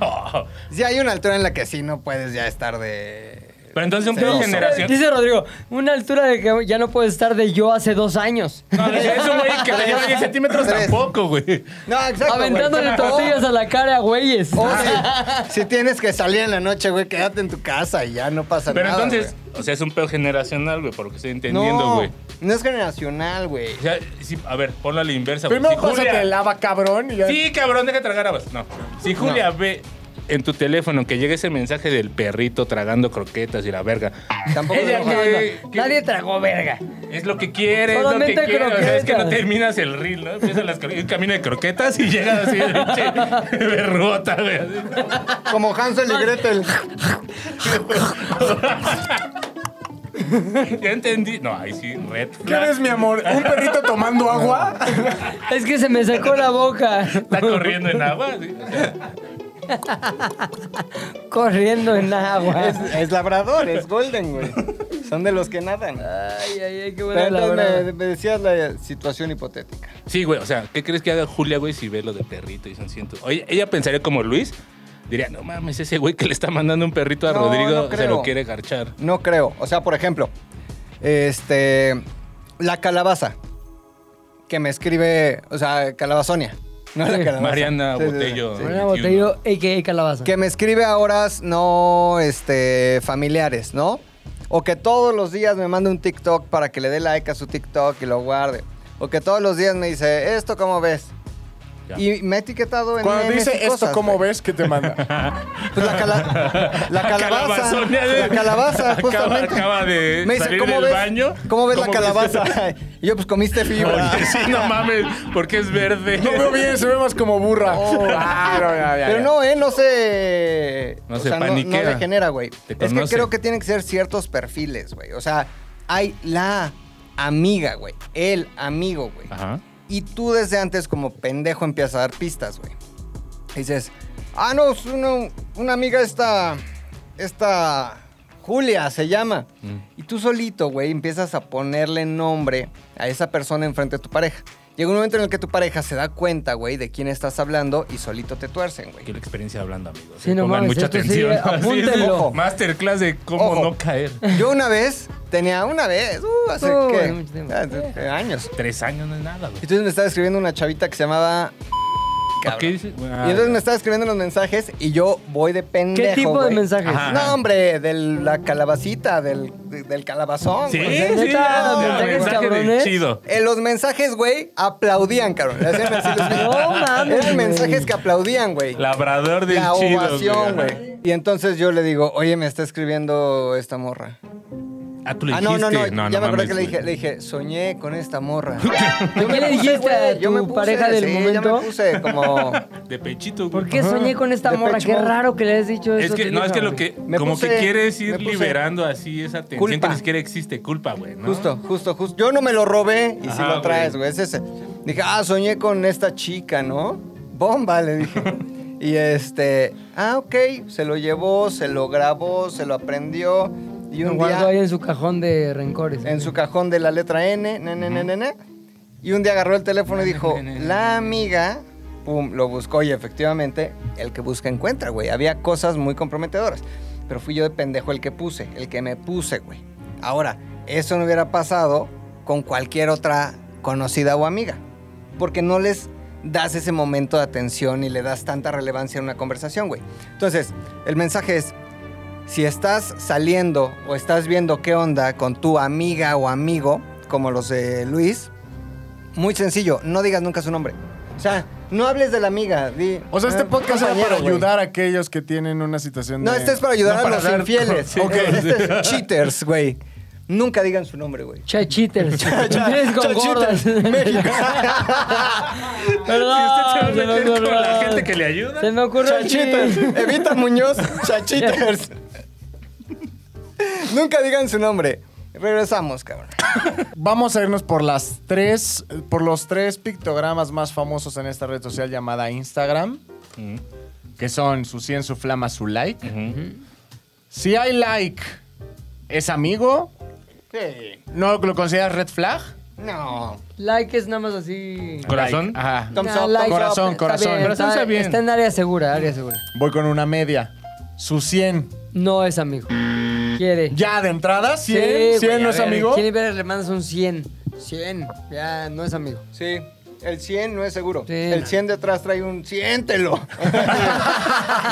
S3: Si hay una altura en la que sí no puedes ya estar de.
S4: Pero entonces un pedo
S3: Celoso.
S4: generación.
S2: Dice Rodrigo, una altura de que ya no puedes estar de yo hace dos años.
S4: No, es un güey que tenía 10 centímetros
S3: Tres.
S4: tampoco, güey.
S3: No, exacto. güey.
S2: Aventándole tortillas a la cara, güeyes.
S3: O si, si tienes que salir en la noche, güey, quédate en tu casa y ya no pasa
S4: Pero
S3: nada.
S4: entonces,
S3: güey.
S4: o sea, es un pedo generacional, güey, por lo que estoy
S3: no,
S4: entendiendo, güey.
S3: No es generacional, güey.
S4: O sea, sí, a ver, ponlo a la inversa, güey.
S5: Primero
S4: Si
S5: pásate
S4: Julia-
S5: el lava, cabrón. Y ya.
S4: Sí, cabrón, deja de tragar habas. No. Si Julia ve en tu teléfono que llega ese mensaje del perrito tragando croquetas y la verga.
S3: Tampoco
S4: Ella
S3: es
S4: que, que
S2: Nadie tragó verga.
S4: es lo que quiere, es lo que
S2: Solamente
S4: quiere. O sea, es que no
S2: croquetas.
S4: terminas el reel, ¿no? Empiezas las croquetas, camino de croquetas y llegas así, che, berrota, güey.
S3: Como Hansel y Gretel.
S4: Ya entendí. No, ahí sí, red.
S5: ¿Qué
S4: flag.
S5: ves, mi amor? ¿Un perrito tomando agua?
S2: Es que se me sacó la boca.
S4: Está corriendo en agua. sí. O sea,
S2: Corriendo en agua.
S3: Es, es labrador, es golden, güey. Son de los que nadan.
S2: Ay, ay, ay, qué
S3: Pero
S2: buena
S3: entonces
S2: la
S3: me, me decías la situación hipotética.
S4: Sí, güey, o sea, ¿qué crees que haga Julia, güey, si ve lo de perrito y son cientos? Oye, ella pensaría como Luis, diría, no mames, ese güey que le está mandando un perrito a
S3: No,
S4: Rodrigo
S3: no
S4: se lo
S3: creo.
S4: quiere garchar.
S3: No creo. O sea, por ejemplo, este. La calabaza. Que me escribe. O sea, calabazonia. No la
S2: Sí.
S3: calabaza.
S4: Mariana
S3: Sí, sí, sí.
S4: Botello.
S3: Sí.
S2: Una botella, a.k.a. calabaza.
S3: Que me escribe a horas no este, familiares, ¿no? O que todos los días me manda un TikTok para que le dé like a su TikTok y lo guarde. O que todos los días me dice, ¿esto cómo ves?
S4: Ya.
S3: Y me ha etiquetado en
S5: Cuando
S3: memes
S5: dice
S3: y
S5: esto,
S3: cosas,
S5: ¿cómo
S3: güey.
S5: ves que te manda?
S3: Pues la, cala- la calabaza.
S4: Calabazonia de-
S3: La calabaza,
S4: Acaba-
S3: justamente.
S4: acaba de
S3: Me dice,
S4: salir
S3: ¿cómo
S4: del
S3: ves,
S4: baño?
S3: ¿Cómo ves la
S4: ¿Cómo ves?
S3: calabaza? y yo, pues comiste fibra.
S4: Oye, sí, no mames, porque es verde.
S5: No veo bien, se ve más como burra. Claro, ya, ya,
S3: Oh, Pero
S5: ya.
S3: no, ¿eh? No se...
S4: No
S3: o
S4: se
S3: sea,
S4: paniquea.
S3: No, degenera, güey.
S4: Te
S3: Es que
S4: conoce.
S3: creo que tienen que ser ciertos perfiles, güey. O sea, hay la amiga, güey. El amigo, güey.
S4: Ajá.
S3: Y tú desde antes, como pendejo, empiezas a dar pistas, güey. Dices, ah, no, es una, una amiga esta. Esta. Julia se llama.
S2: Mm.
S3: Y tú solito, güey, empiezas a ponerle nombre a esa persona enfrente de tu pareja. Llega un momento en el que tu pareja se da cuenta, güey, de quién estás hablando y solito te tuercen, güey.
S4: Aquí la experiencia hablando, amigos. eh,
S2: Sí, no
S4: Pongan
S2: mames,
S4: mucha
S2: esto sí,
S4: atención.
S2: eh, apúntenlo.
S4: Ojo. Masterclass de cómo
S3: Ojo.
S4: no caer.
S3: Yo una vez, tenía una vez, uh, hace
S2: Uh,
S3: ¿qué?
S2: mucho tiempo.
S3: Hace años.
S4: Tres años no es nada, güey.
S3: Entonces me estaba escribiendo una chavita que se llamaba.
S4: ¿Por qué dices? Ah,
S3: Y entonces me estaba escribiendo los mensajes y yo voy de pendejo.
S2: ¿Qué tipo
S3: güey.
S2: de mensajes?
S4: Ajá.
S3: No, hombre, de la calabacita, del, de- del calabazón.
S4: Sí,
S3: güey.
S4: sí,
S2: Neta,
S4: no,
S2: mensajes
S4: mensaje de
S2: cabrones.
S4: chido.
S3: Eh, los mensajes, güey, aplaudían, cabrón. Le hacían así los-
S2: No mames,
S3: Eran
S2: güey.
S3: mensajes que aplaudían, güey.
S4: Labrador del
S3: La
S4: chido.
S3: ovación, güey. Y entonces yo le digo, oye, me está escribiendo esta morra.
S4: Ah, tú le
S3: ah,
S4: dijiste.
S3: no, no, no, ya me acuerdo
S4: mames,
S3: que le dije,
S4: güey.
S3: le dije, soñé con esta morra.
S2: ¿Qué le dijiste a tu pareja del
S3: sí, Yo
S2: momento?
S3: me puse como...
S4: De pechito, güey.
S2: ¿Por qué soñé con esta
S3: De
S2: morra?
S3: pecho.
S2: Qué raro que le has dicho
S4: Es
S2: eso.
S4: que, no, es que lo que,
S3: Me
S4: como
S3: puse-
S4: que quieres ir
S3: me puse-
S4: liberando así esa tensión
S3: Culpa.
S4: que ni siquiera existe, culpa, güey, ¿no?
S3: Justo, justo, justo. Yo no me lo robé y si
S4: Ajá,
S3: lo traes, güey.
S4: güey.
S3: Es ese. Dije, ah, soñé con esta chica, ¿no? Bomba, le dije. y este, ah, ok. Se lo llevó, se lo grabó, se lo aprendió. Y
S2: Lo
S3: un
S2: guardó ahí
S3: día,
S2: en su cajón de rencores.
S3: en su cajón de la letra N, ne, ne, ne, ne, ne. Y un día agarró el teléfono y dijo, la amiga, pum, lo buscó y efectivamente, el que busca encuentra, güey. Había cosas muy comprometedoras. Pero fui yo de pendejo el que puse, el que me puse, güey. Ahora, eso no hubiera pasado con cualquier otra conocida o amiga. Porque no les das ese momento de atención y le das tanta relevancia a una conversación, güey. Entonces, el mensaje es, si estás saliendo o estás viendo qué onda con tu amiga o amigo, como los de Luis, muy sencillo, no digas nunca su nombre. O sea, no hables de la amiga. di,
S5: O sea,
S3: "Ah,
S5: este podcast era
S3: compañero,
S5: para
S3: güey".
S5: ayudar a aquellos que tienen una situación
S3: No,
S5: de...
S3: este es para ayudar
S4: No,
S3: a
S4: para
S3: los
S4: dar-
S3: infieles.
S4: Sí.
S3: Ok. Este es cheaters, güey. Nunca digan su nombre, güey.
S2: Che cheaters. Tienes con gordas.
S3: México.
S2: Perdón,
S4: Si usted se va a
S2: se me
S4: meter con
S2: ocurrió.
S4: la gente que le ayuda.
S2: Se me ocurrió aquí.
S3: Chachitas. Evita Muñoz, chachitas. Nunca digan su nombre. Regresamos, cabrón.
S5: Vamos a irnos por las tres, por los tres pictogramas más famosos en esta red social llamada Instagram,
S4: Mm,
S5: que son su 100, su flama, su like.
S4: ujú.
S5: Si hay like, ¿es amigo? ¿No lo consideras red flag?
S3: No.
S2: Like es nada más así.
S4: ¿Corazón?
S5: Like, Ajá.
S3: Thumbs
S2: Nah,
S3: up,
S2: like
S5: corazón,
S2: está
S5: corazón.
S2: bien,
S4: Corazón está bien.
S2: Está en área segura, área segura.
S5: Voy con una media. Su 100.
S2: No es amigo. Quiere.
S5: Ya de entrada, 100.
S2: Sí,
S5: 100
S2: güey,
S5: no
S2: a
S5: es
S2: ver,
S5: amigo.
S2: ¿Quién Iberes le mandas un 100? 100. Ya, no es amigo.
S3: Sí. El 100 no es seguro.
S2: Sí.
S3: El 100 detrás trae un siéntelo.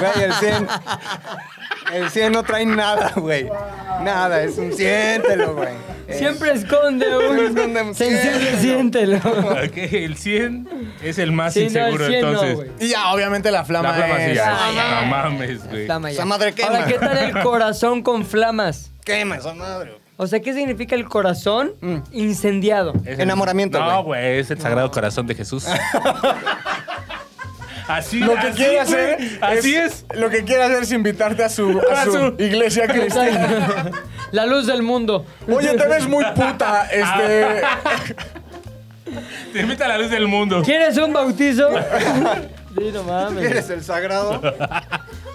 S3: Güey, el 100. El 100 no trae nada, güey. Nada, es un siéntelo, güey. Es-
S2: Siempre esconde un.
S3: Siempre esconde un
S2: Sensible, siéntelo.
S4: Ok, el 100 es el más
S2: Sí, no, el
S4: inseguro,
S2: 100 no,
S4: entonces.
S2: güey.
S5: Y ya, obviamente la flama,
S4: la flama sí
S5: es-
S4: ya.
S2: Ah, ya.
S4: No mames, güey.
S2: Flama ya.
S3: Esa madre quema.
S2: Ahora, ¿qué tal el corazón con flamas?
S3: Quema esa madre. güey.
S2: O sea, ¿qué significa el corazón
S5: Mm.
S2: incendiado?
S4: Es el-
S3: Enamoramiento,
S4: No, güey, es el sagrado corazón de Jesús. así
S5: Lo que
S4: así,
S5: quiere
S4: güey,
S5: hacer.
S4: Así es.
S5: Lo que quiere hacer es invitarte a su, a
S4: A
S5: su
S4: su-
S5: iglesia cristiana.
S2: La luz del mundo.
S5: Oye, te ves muy puta. Este.
S4: Ah. Te invita a la luz del mundo.
S2: ¿Quieres un bautizo? sí, no mames.
S3: ¿Quieres el sagrado?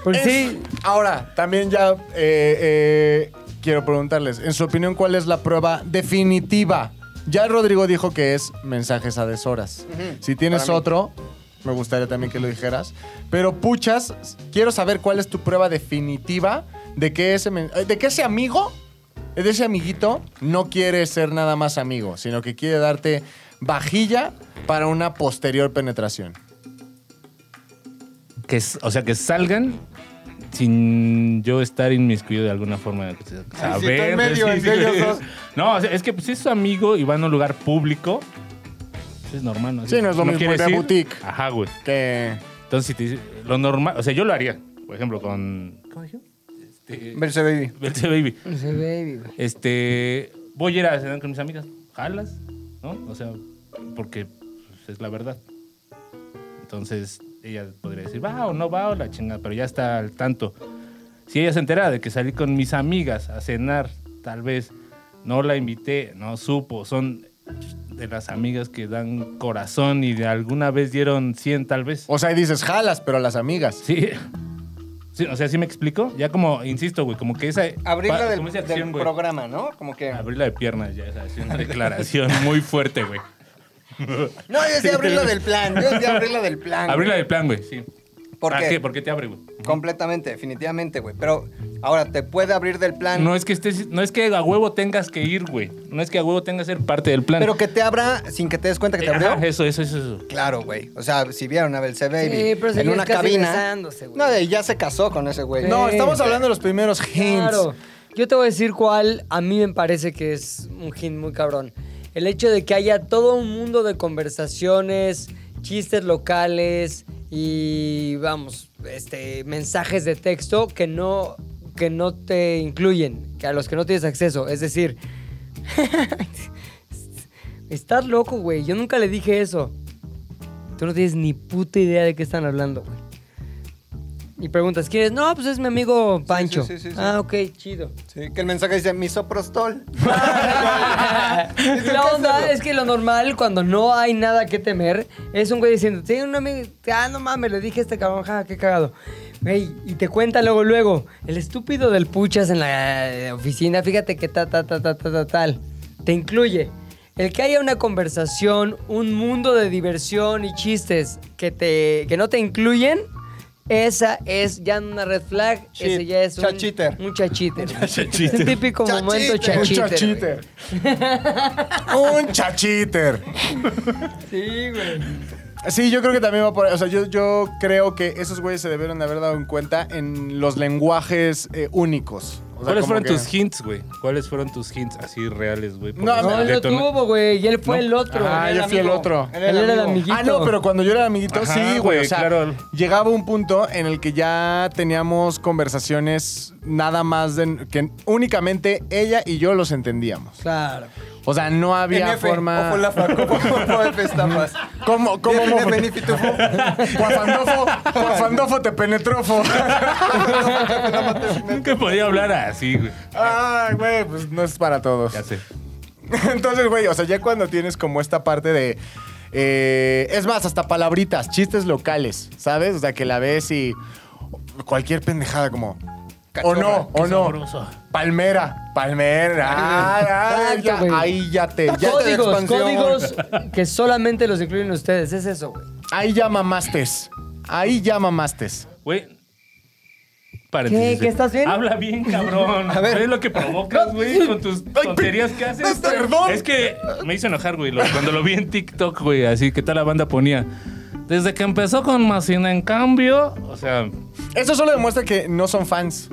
S2: Pues
S5: es-
S2: sí,
S5: Ahora, también ya eh, eh, quiero preguntarles: en su opinión, ¿cuál es la prueba definitiva? Ya Rodrigo dijo que es mensajes a deshoras. Si tienes otro, me gustaría también que lo dijeras. Pero puchas, quiero saber cuál es tu prueba definitiva de que ese, men- eh, de que ese amigo, de ese amiguito, no quiere ser nada más amigo, sino que quiere darte vajilla para una posterior penetración.
S4: Que, s- o sea, que salgan sin yo estar inmiscuido de alguna forma. o sea,
S3: Ay, si está en medio,
S4: pues,
S3: entre
S4: güey.
S3: ellos dos.
S4: No, o sea, es que pues, si es su amigo y va a un lugar público, pues, es normal.
S5: Sí, no es lo mismo
S4: quieres
S5: ir a
S4: ir.
S5: boutique.
S4: Ajá, güey.
S5: Que.
S4: Entonces, si te dice, lo normal, o sea, yo lo haría, por ejemplo, con... ¿Cómo dije? Este,
S3: Verse baby.
S4: Vente, baby.
S2: ese baby, güey.
S4: Este, voy a ir a cenar con mis amigas. Jalas, ¿no? O sea, porque pues, es la verdad. Entonces, ella podría decir, va o no va o la chingada, pero ya está al tanto. Si ella se entera de que salí con mis amigas a cenar, tal vez no la invité, no supo, son de las amigas que dan corazón y de alguna vez dieron 100 tal vez.
S5: O sea, ahí dices jalas, pero a las amigas.
S4: Sí. Sí, o sea, ¿sí me explico? Ya como, insisto, güey, como que esa...
S3: Abrirla
S4: pa-
S3: del,
S4: como esa
S3: del
S4: acción, güey. Ah,
S3: programa, ¿no? Como que.
S4: Abrirla de piernas ya, esa es una declaración muy fuerte, güey.
S3: No, yo sí abrirla del plan. Yo sí abrirla del plan. güey.
S4: Abrirla de plan, güey, sí.
S3: ¿Por
S4: ¿Para
S3: qué?
S4: qué? ¿Por qué te abre, güey?
S3: Completamente, definitivamente, güey. Pero ahora te puede abrir del plan.
S4: No es que estés, no es que a huevo tengas que ir, güey. No es que a huevo tengas que ser parte del plan.
S3: Pero que te abra sin que te des cuenta que te
S4: Eh,
S3: abrió.
S4: ajá, eso, eso, eso, eso.
S3: Claro, güey. O sea, si vieron a Belce Baby
S2: Sí, pero
S3: en
S2: seguías
S3: una
S2: casi
S3: cabina.
S2: besándose, güey.
S3: No, y ya se casó con ese güey.
S5: No,
S2: Sí.
S5: estamos hablando de los primeros hints.
S2: Claro. Yo te voy a decir cuál a mí me parece que es un hint muy cabrón. El hecho de que haya todo un mundo de conversaciones, chistes locales y vamos, este mensajes de texto que no que no te incluyen, que a los que no tienes acceso. Es decir, estás loco, güey. Yo nunca le dije eso. Tú no tienes ni puta idea de qué están hablando, güey. Y preguntas, ¿quién es? No, pues es mi amigo Pancho.
S3: sí, sí, sí.
S2: Ah, ok, chido.
S3: Sí, que el mensaje dice misoprostol.
S2: La onda es que lo normal, cuando no hay nada que temer, es un güey diciendo, tiene un amigo, ah, no mames, le dije a este cabrón, ja, qué cagado. Güey, y te cuenta luego, luego, el estúpido del puchas en la eh, oficina, fíjate que ta, ta, ta, ta, ta, ta, tal, te incluye. El que haya una conversación, un mundo de diversión y chistes que, te, que no te incluyen, esa es ya una red flag,
S3: Cheat.
S2: ese ya es un...
S3: Chachiter.
S2: Un chachiter. Es un típico
S3: Chachiter.
S2: momento
S3: Un
S5: Un
S2: chachiter. güey.
S5: chachiter. Un chachiter.
S2: Sí, güey.
S5: Sí, yo creo que también va por ahí. O sea, yo, yo creo que esos güeyes se debieron de haber dado en cuenta en los lenguajes eh, únicos. O sea,
S4: ¿Cuáles
S5: como
S4: fueron
S5: que-
S4: tus hints, güey? ¿cuáles fueron tus hints así reales, güey?
S5: No,
S4: Porque
S2: No, él lo
S4: detonó-
S2: tuvo, güey. Y él fue
S4: No.
S2: el otro.
S5: Ah,
S2: Él
S5: yo
S2: era
S5: fui el
S2: amigo.
S5: otro.
S2: Él era el amiguito.
S5: Ah, no, pero cuando yo era amiguito,
S4: Ajá,
S5: sí, güey.
S4: güey,
S5: o sea,
S4: claro.
S5: llegaba un punto en el que ya teníamos conversaciones nada más de, que únicamente ella y yo los entendíamos.
S2: Claro.
S5: O sea, no había
S3: NF,
S5: forma.
S3: Ojo la faco, ojo F estampas.
S5: ¿Cómo, cómo,
S3: NF,
S5: cómo?
S3: Benefitufo.
S5: Cuafandofo, cuafandofo te penetrofo.
S4: Nunca podía hablar así, güey.
S5: Ay, güey, pues no es para todos.
S4: Ya sé.
S5: Entonces, güey, o sea, ya cuando tienes como esta parte de. eh, es más, hasta palabritas, chistes locales, ¿sabes? O sea, que la ves y. Cualquier pendejada como.
S3: Cachorra,
S5: o no, o no. Palmera, palmera. Ay, ay,
S2: Exacto,
S5: ya-
S2: güey.
S5: ahí ya te. ya te-
S2: códigos,
S3: expansión.
S2: códigos que solamente los incluyen ustedes. Es eso, güey.
S5: ahí ya mamastes. Ahí ya mamastes.
S4: Güey. paréntesis. eh.
S2: ¿Qué? ¿Qué estás viendo?
S4: Habla bien, cabrón. A ver. Es lo que provocas, güey, con tus tonterías que haces.
S5: perdón.
S4: Es que me hizo enojar, güey, lo- cuando lo vi en TikTok, güey, así que tal la banda ponía. Desde que empezó con Macina, en cambio, o sea,
S5: Eso solo demuestra que no son fans.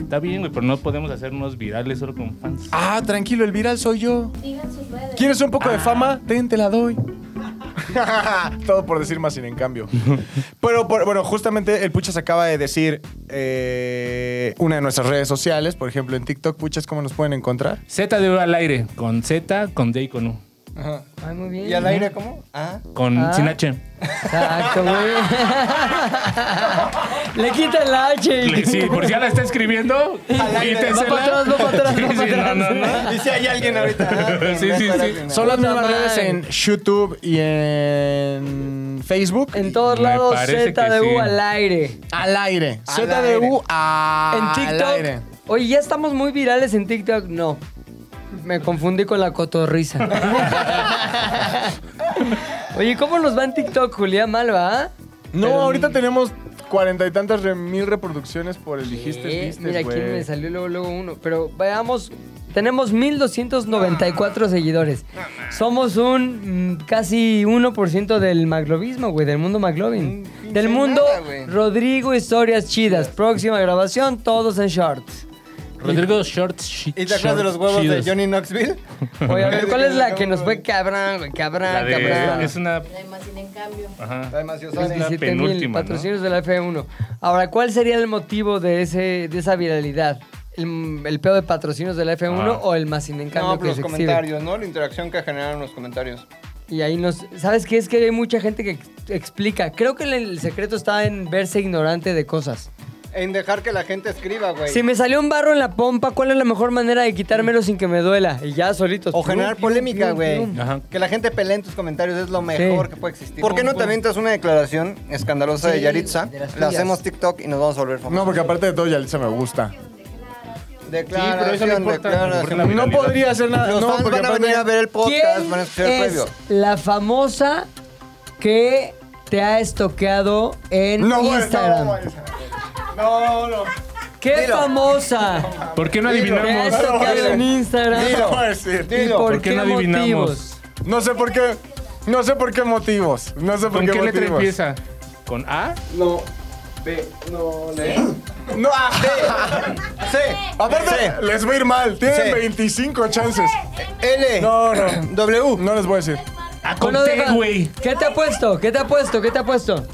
S4: está bien, güey, pero no podemos hacernos virales solo con fans.
S5: Ah, tranquilo, el viral soy yo.
S6: Digan sus redes.
S5: ¿Quieres un
S2: Ah.
S5: poco de fama? Ten, te la doy. Todo por decir más sin en cambio. Pero por- bueno, justamente el Puchas acaba de decir eh, una de nuestras redes sociales, por ejemplo en TikTok, Puchas, ¿cómo nos pueden encontrar?
S4: Z de Oro al aire, con Z, con D y con U.
S2: Ay, muy bien.
S3: ¿Y al aire cómo? Ah.
S4: Con
S2: Ah.
S4: sin H.
S2: Exacto, güey. Le quitan la H. y-
S4: Le- Sí, por si ya la está escribiendo, quítensela.
S2: Va para atrás, va para atrás,
S4: Sí,
S2: va para
S4: sí, no,
S2: atrás.
S4: no, no.
S3: Y si hay alguien ahorita. ah, bien,
S4: Sí, sí,
S3: mejor
S4: sí.
S3: alguien.
S5: Son las
S2: Puta
S5: mismas
S2: madre.
S5: redes en YouTube y en Facebook.
S2: En todos
S4: Me
S2: lados,
S4: parece que
S2: Z de
S4: sí.
S2: U al aire.
S5: al aire.
S3: Al
S5: ZDU
S3: aire.
S5: al
S2: En
S5: aire.
S2: TikTok. Oye, ya estamos muy virales en TikTok. No. Me confundí con la cotorriza. Oye, ¿cómo nos va en TikTok, Julián Malva?
S5: No, ahorita tenemos cuarenta y tantas re- mil reproducciones por el dijiste, vistes,
S2: Eh, Mira, aquí
S5: güey.
S3: pues.
S2: me salió luego, luego uno. Pero veamos, tenemos 1294 seguidores. Somos un mm, casi 1% del maglobismo, güey, del mundo maglobin.
S3: Un pinche
S2: Del mundo
S3: nada, güey.
S2: Rodrigo Historias Chidas. Próxima grabación, todos en shorts.
S4: Rodrigo Short Shit.
S3: ¿Y te acuerdas de los huevos de Johnny Knoxville?
S2: Oye, a ver, ¿cuál es la que nos fue cabrón, güey?
S4: La
S2: Cabrón,
S4: de-
S2: cabrón.
S4: es una.
S6: Además, sin en cambio.
S4: Ajá.
S3: Además, yo
S4: Es
S3: soy.
S4: la
S2: 17,000
S4: penúltima, ¿no?
S2: patrocinios de la F1. Ahora, ¿cuál sería el motivo de ese de esa viralidad? ¿El, el pedo de patrocinios de la F1
S4: Ah.
S2: o el más sin encanto
S3: No,
S2: que
S3: pero los
S2: se exhibe?
S3: comentarios, ¿no? La interacción que generaron los comentarios.
S2: Y ahí nos. ¿Sabes qué? Es que hay mucha gente que ex- explica. Creo que el, el secreto está en verse ignorante de cosas.
S3: En dejar que la gente escriba, güey.
S2: Si me salió un barro en la pompa, ¿cuál es la mejor manera de quitármelo sin que me duela? Y ya solitos.
S5: Pues,
S3: O generar
S2: Pium, pium,
S3: polémica,
S2: pium,
S3: güey.
S2: pium.
S4: Ajá.
S3: Que la gente pelee en tus comentarios es lo mejor
S2: Sí.
S3: que puede existir. ¿Por qué no te avientas una declaración escandalosa de
S2: Sí,
S3: Yaritza?
S2: de las
S3: la
S2: tuyas.
S3: hacemos TikTok y nos vamos a volver famosos.
S5: No, porque aparte de todo, Yalitza me gusta.
S3: Declaración,
S4: Sí, pero eso no importa, porque la
S3: declaración.
S5: No podría hacer nada.
S3: Los
S5: no,
S3: fans
S5: porque
S3: van a
S5: aparte-
S3: venir a ver el podcast,
S2: ¿Quién
S3: van a escuchar el
S2: es
S3: previo.
S2: la famosa que te ha estoqueado en
S5: No, güey,
S2: Instagram?
S5: no, güey. No, no.
S2: ¿Qué
S3: Dilo.
S2: famosa
S4: ¿Por qué no
S2: te ha
S4: adivinamos?
S5: Dilo.
S2: estoqueado en Instagram?
S5: No
S3: Dilo.
S5: voy a decir.
S2: ¿Y
S3: Dilo.
S2: por,
S4: ¿Por qué
S2: qué,
S4: no adivinamos?
S2: motivos?
S5: No sé por qué. No sé por qué motivos. No sé por
S4: ¿Con
S5: qué,
S4: qué letra
S5: motivos.
S4: empieza? ¿Con A?
S3: No. B. No. Le.
S5: No, ah,
S3: C.
S5: aparte,
S3: C.
S5: les va a ir mal. Tienen
S3: Sí.
S5: 25 chances.
S3: L.
S5: No, no.
S3: W.
S5: No les voy a decir.
S4: A
S2: Bueno,
S4: con T,
S2: deja-
S4: güey.
S2: ¿Qué te ha puesto? ¿Qué te ha puesto? ¿Qué te ha puesto?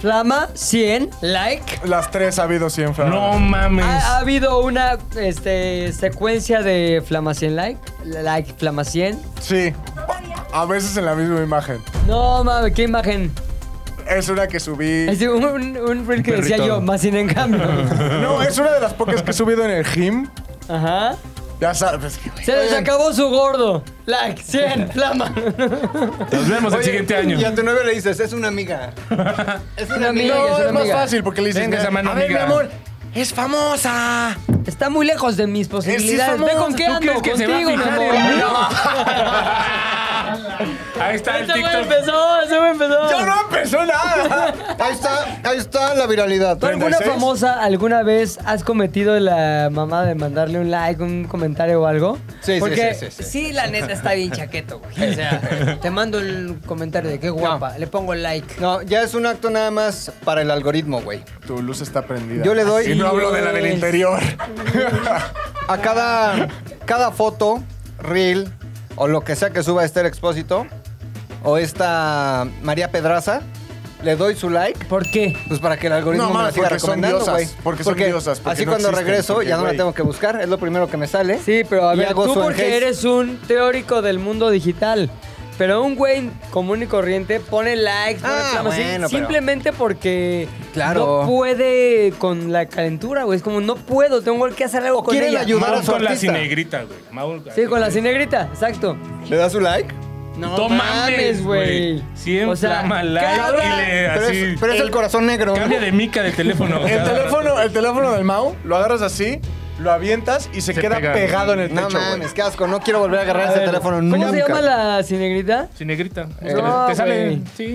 S2: Flama 100, like.
S5: Las tres ha habido siempre.
S4: No mames.
S2: Ha, ha habido una este, secuencia de Flama 100, like. Like, Flama 100.
S5: Sí. A veces en la misma imagen.
S2: No mames, qué imagen.
S5: Es una que subí.
S2: Es un, un, un reel que decía yo, más sin en cambio.
S5: No, es una de las pocas que he subido en el gym.
S2: Ajá.
S5: Ya sabes.
S2: Se les
S5: Oigan,
S2: acabó su gordo. Like, 100, flama.
S4: Nos vemos el
S3: Oye,
S4: siguiente año.
S3: Y a tu novio le dices, es una amiga. Es una
S2: Una
S3: amiga.
S2: amiga.
S5: No,
S2: es
S5: es más
S2: amiga.
S5: fácil porque le dices,
S4: Venga, esa mano
S5: a ver, mi
S4: amiga".
S5: amor, es famosa.
S2: Está muy lejos de mis posibilidades. Ve con qué
S4: ¿Tú
S2: ando
S4: crees que se va a
S2: contigo, mi
S4: fijar
S2: amor.
S4: en mí? Ahí está el
S2: Ese güey
S4: TikTok.
S2: empezó, ese güey empezó.
S5: ¡Yo no empezó nada!
S3: Ahí está, ahí está la viralidad.
S2: ¿Tú alguna
S5: 36?
S2: famosa alguna vez has cometido la mamá de mandarle un like, un comentario o algo?
S3: Sí, sí,
S2: Porque
S3: sí, sí, sí.
S2: la neta está bien chaqueto, güey. O sea, te mando el comentario de qué guapa, le pongo el like.
S3: No, ya es un acto nada más para el algoritmo, güey.
S5: Tu luz está prendida.
S3: Yo le doy-
S5: Y no hablo de la del
S2: Así es.
S5: interior.
S3: A cada, cada foto, reel o lo que sea que suba este expósito o esta María Pedraza, le doy su like.
S2: ¿Por qué?
S3: Pues para que el algoritmo
S5: No,
S3: me la
S5: mames,
S3: siga
S5: porque son
S3: recomendando,
S5: diosas,
S3: güey.
S5: porque son diosas, porque
S3: así
S5: no
S3: cuando
S5: existen,
S3: regreso
S5: porque,
S3: ya no la
S5: güey.
S3: tengo que buscar, es lo primero que me sale.
S2: Sí, pero a
S3: Y
S2: ver,
S3: hago
S2: tú
S3: su
S2: porque
S3: engage.
S2: eres un teórico del mundo digital. Pero un güey común y corriente pone likes, pone
S3: Ah,
S2: flamas, sí,
S3: bueno, pero-
S2: simplemente porque
S3: Claro.
S2: no puede con la calentura, güey. Es como, no puedo, tengo que hacer algo con
S3: ¿Quieren
S2: ella.
S3: ayudar a
S4: Maul
S3: su
S4: con la
S3: artista?
S4: cinegrita, güey. Maul-
S2: Sí, con la cinegrita, exacto.
S3: ¿Le das su like?
S2: No
S4: No mames, güey. Siempre
S2: O sea,
S4: like y le
S3: Pero
S4: así.
S3: es, pero es el corazón negro.
S4: Cambia de mica de teléfono.
S5: El
S4: cada
S5: teléfono, el teléfono del Mau, lo agarras así, lo avientas y se,
S4: Se
S5: queda
S4: pega.
S5: pegado en el
S3: No
S5: techo, güey.
S3: mames, qué asco. No quiero volver a agarrar ese teléfono
S2: ¿Cómo
S3: nunca.
S2: se llama la cinegrita?
S4: Cinegrita.
S2: Eh,
S4: te
S2: no,
S4: sale.
S2: güey.
S4: Sí.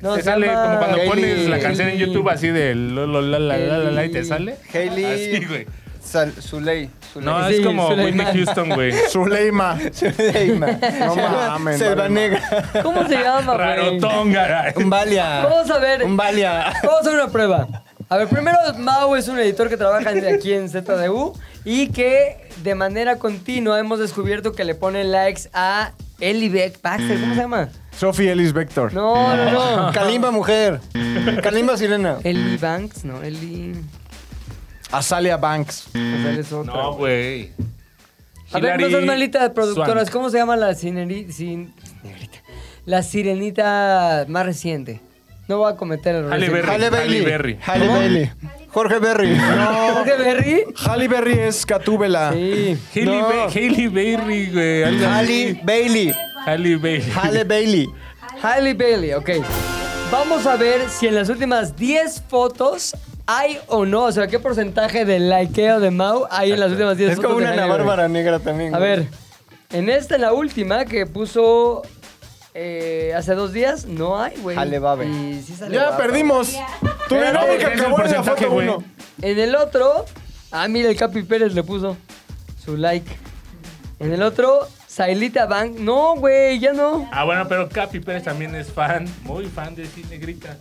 S2: No,
S4: te
S2: se
S4: sale
S2: llama-
S4: como cuando
S3: Hailey-
S4: pones la canción en
S2: Hailey-
S4: YouTube así de lo, lo, la, la, la, la, la, y te sale.
S3: Hailey-
S4: Así, güey.
S3: Sal- Zuley.
S4: No,
S2: Sí,
S4: es como
S2: suena
S4: Whitney
S2: mal.
S4: Houston, güey.
S5: Zuleima.
S3: Zuley, man.
S5: No mames,
S3: Selva
S5: vale,
S3: negra.
S2: ¿Cómo se llama, güey?
S4: Rarotonga.
S3: Un Valia.
S2: Vamos a ver.
S3: Un Valia.
S2: Vamos a hacer una prueba. A ver, primero Mau es un editor que trabaja en- aquí en ZDU y que de manera continua hemos descubierto que le pone likes a Eli Beck Baxter, ¿cómo se llama?
S5: Sophie Ellis Vector.
S2: No, no, Eh. no.
S3: Kalimba mujer. Kalimba sirena.
S2: Eli Banks, no, Eli.
S5: Azalia Banks.
S2: o sea, es otra.
S4: No, güey.
S2: A ver, no
S4: Hilary
S2: seas malita, productoras.
S4: Swank.
S2: ¿Cómo se llama la cineri- cin- cinerita? La sirenita más reciente. No voy a cometer el
S4: Halle Berry.
S3: Halle Bailey.
S4: Halle Berry.
S3: Halle Bailey. Jorge Berry.
S5: No.
S2: ¿Jorge Berry?
S5: Halle Berry es Catúbela.
S2: Sí.
S4: Hailey, Ba- Hailey Berry, güey. algo así.
S3: Halle Bailey.
S4: Hailey Berry.
S3: Halle Bailey.
S2: Hailey Bailey, ok. Vamos a ver si en las últimas 10 fotos hay o no. O sea, qué porcentaje de likeo de Mau hay en las últimas 10
S3: Es
S2: fotos.
S3: como
S2: de
S3: una Ana
S2: Hailey Berry.
S3: Bárbara negra también.
S2: A
S3: güey.
S2: ver, en esta, la última que puso eh, hace dos días, no hay, güey.
S3: Halle Babe.
S2: Y sí sale
S5: Ya
S2: guapa.
S5: perdimos. Tú eres
S4: No,
S5: la única
S4: porque
S5: que
S4: es el
S5: acabó en la
S4: porcentaje,
S5: foto
S4: güey.
S5: uno.
S2: En el otro, ah, mira, el Capi Pérez le puso su like. En el otro, Sailita Bank. No, güey, ya no.
S4: Ah, bueno, pero Capi Pérez también es fan, muy fan de Cinegrita.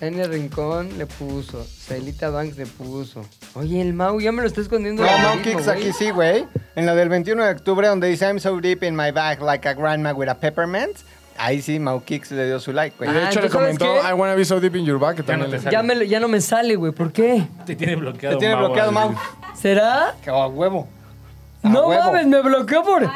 S2: En el rincón le puso. Sailita Banks le puso. Oye, el Mau ya me lo está escondiendo.
S3: No,
S2: el
S3: Mount
S2: algoritmo,
S3: Kicks
S2: güey.
S3: aquí sí, güey. En la del 21 de octubre, donde dice I'm so deep in my bag like a grandma with a peppermint. Ahí sí, Mau Kicks le dio su like, güey.
S2: Ah,
S5: Pues, De hecho, le
S2: ¿tú sabes
S5: comentó
S2: qué?
S5: I wanna be so deep in your back. que
S4: Ya no
S5: también
S4: te
S5: le-
S4: sale.
S2: Ya, me, lo- ya no me sale, güey. ¿Por qué?
S4: Te tiene bloqueado.
S3: Te tiene
S4: Mau,
S3: bloqueado,
S4: así.
S3: Mau.
S2: ¿Será?
S3: Que a huevo. A
S2: no
S3: huevo.
S2: mames, me bloqueó por.
S4: Le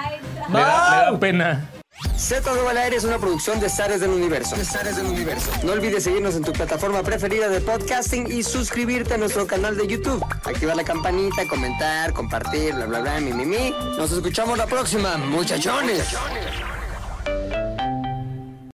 S4: da, le da pena.
S1: Z de al aire es una producción de Zares del Universo. De Zares del Universo. No olvides seguirnos en tu plataforma preferida de podcasting y suscribirte a nuestro canal de YouTube. Activar la campanita, comentar, compartir, bla, bla, bla, mi, mi, mi. Nos escuchamos la próxima, muchachones.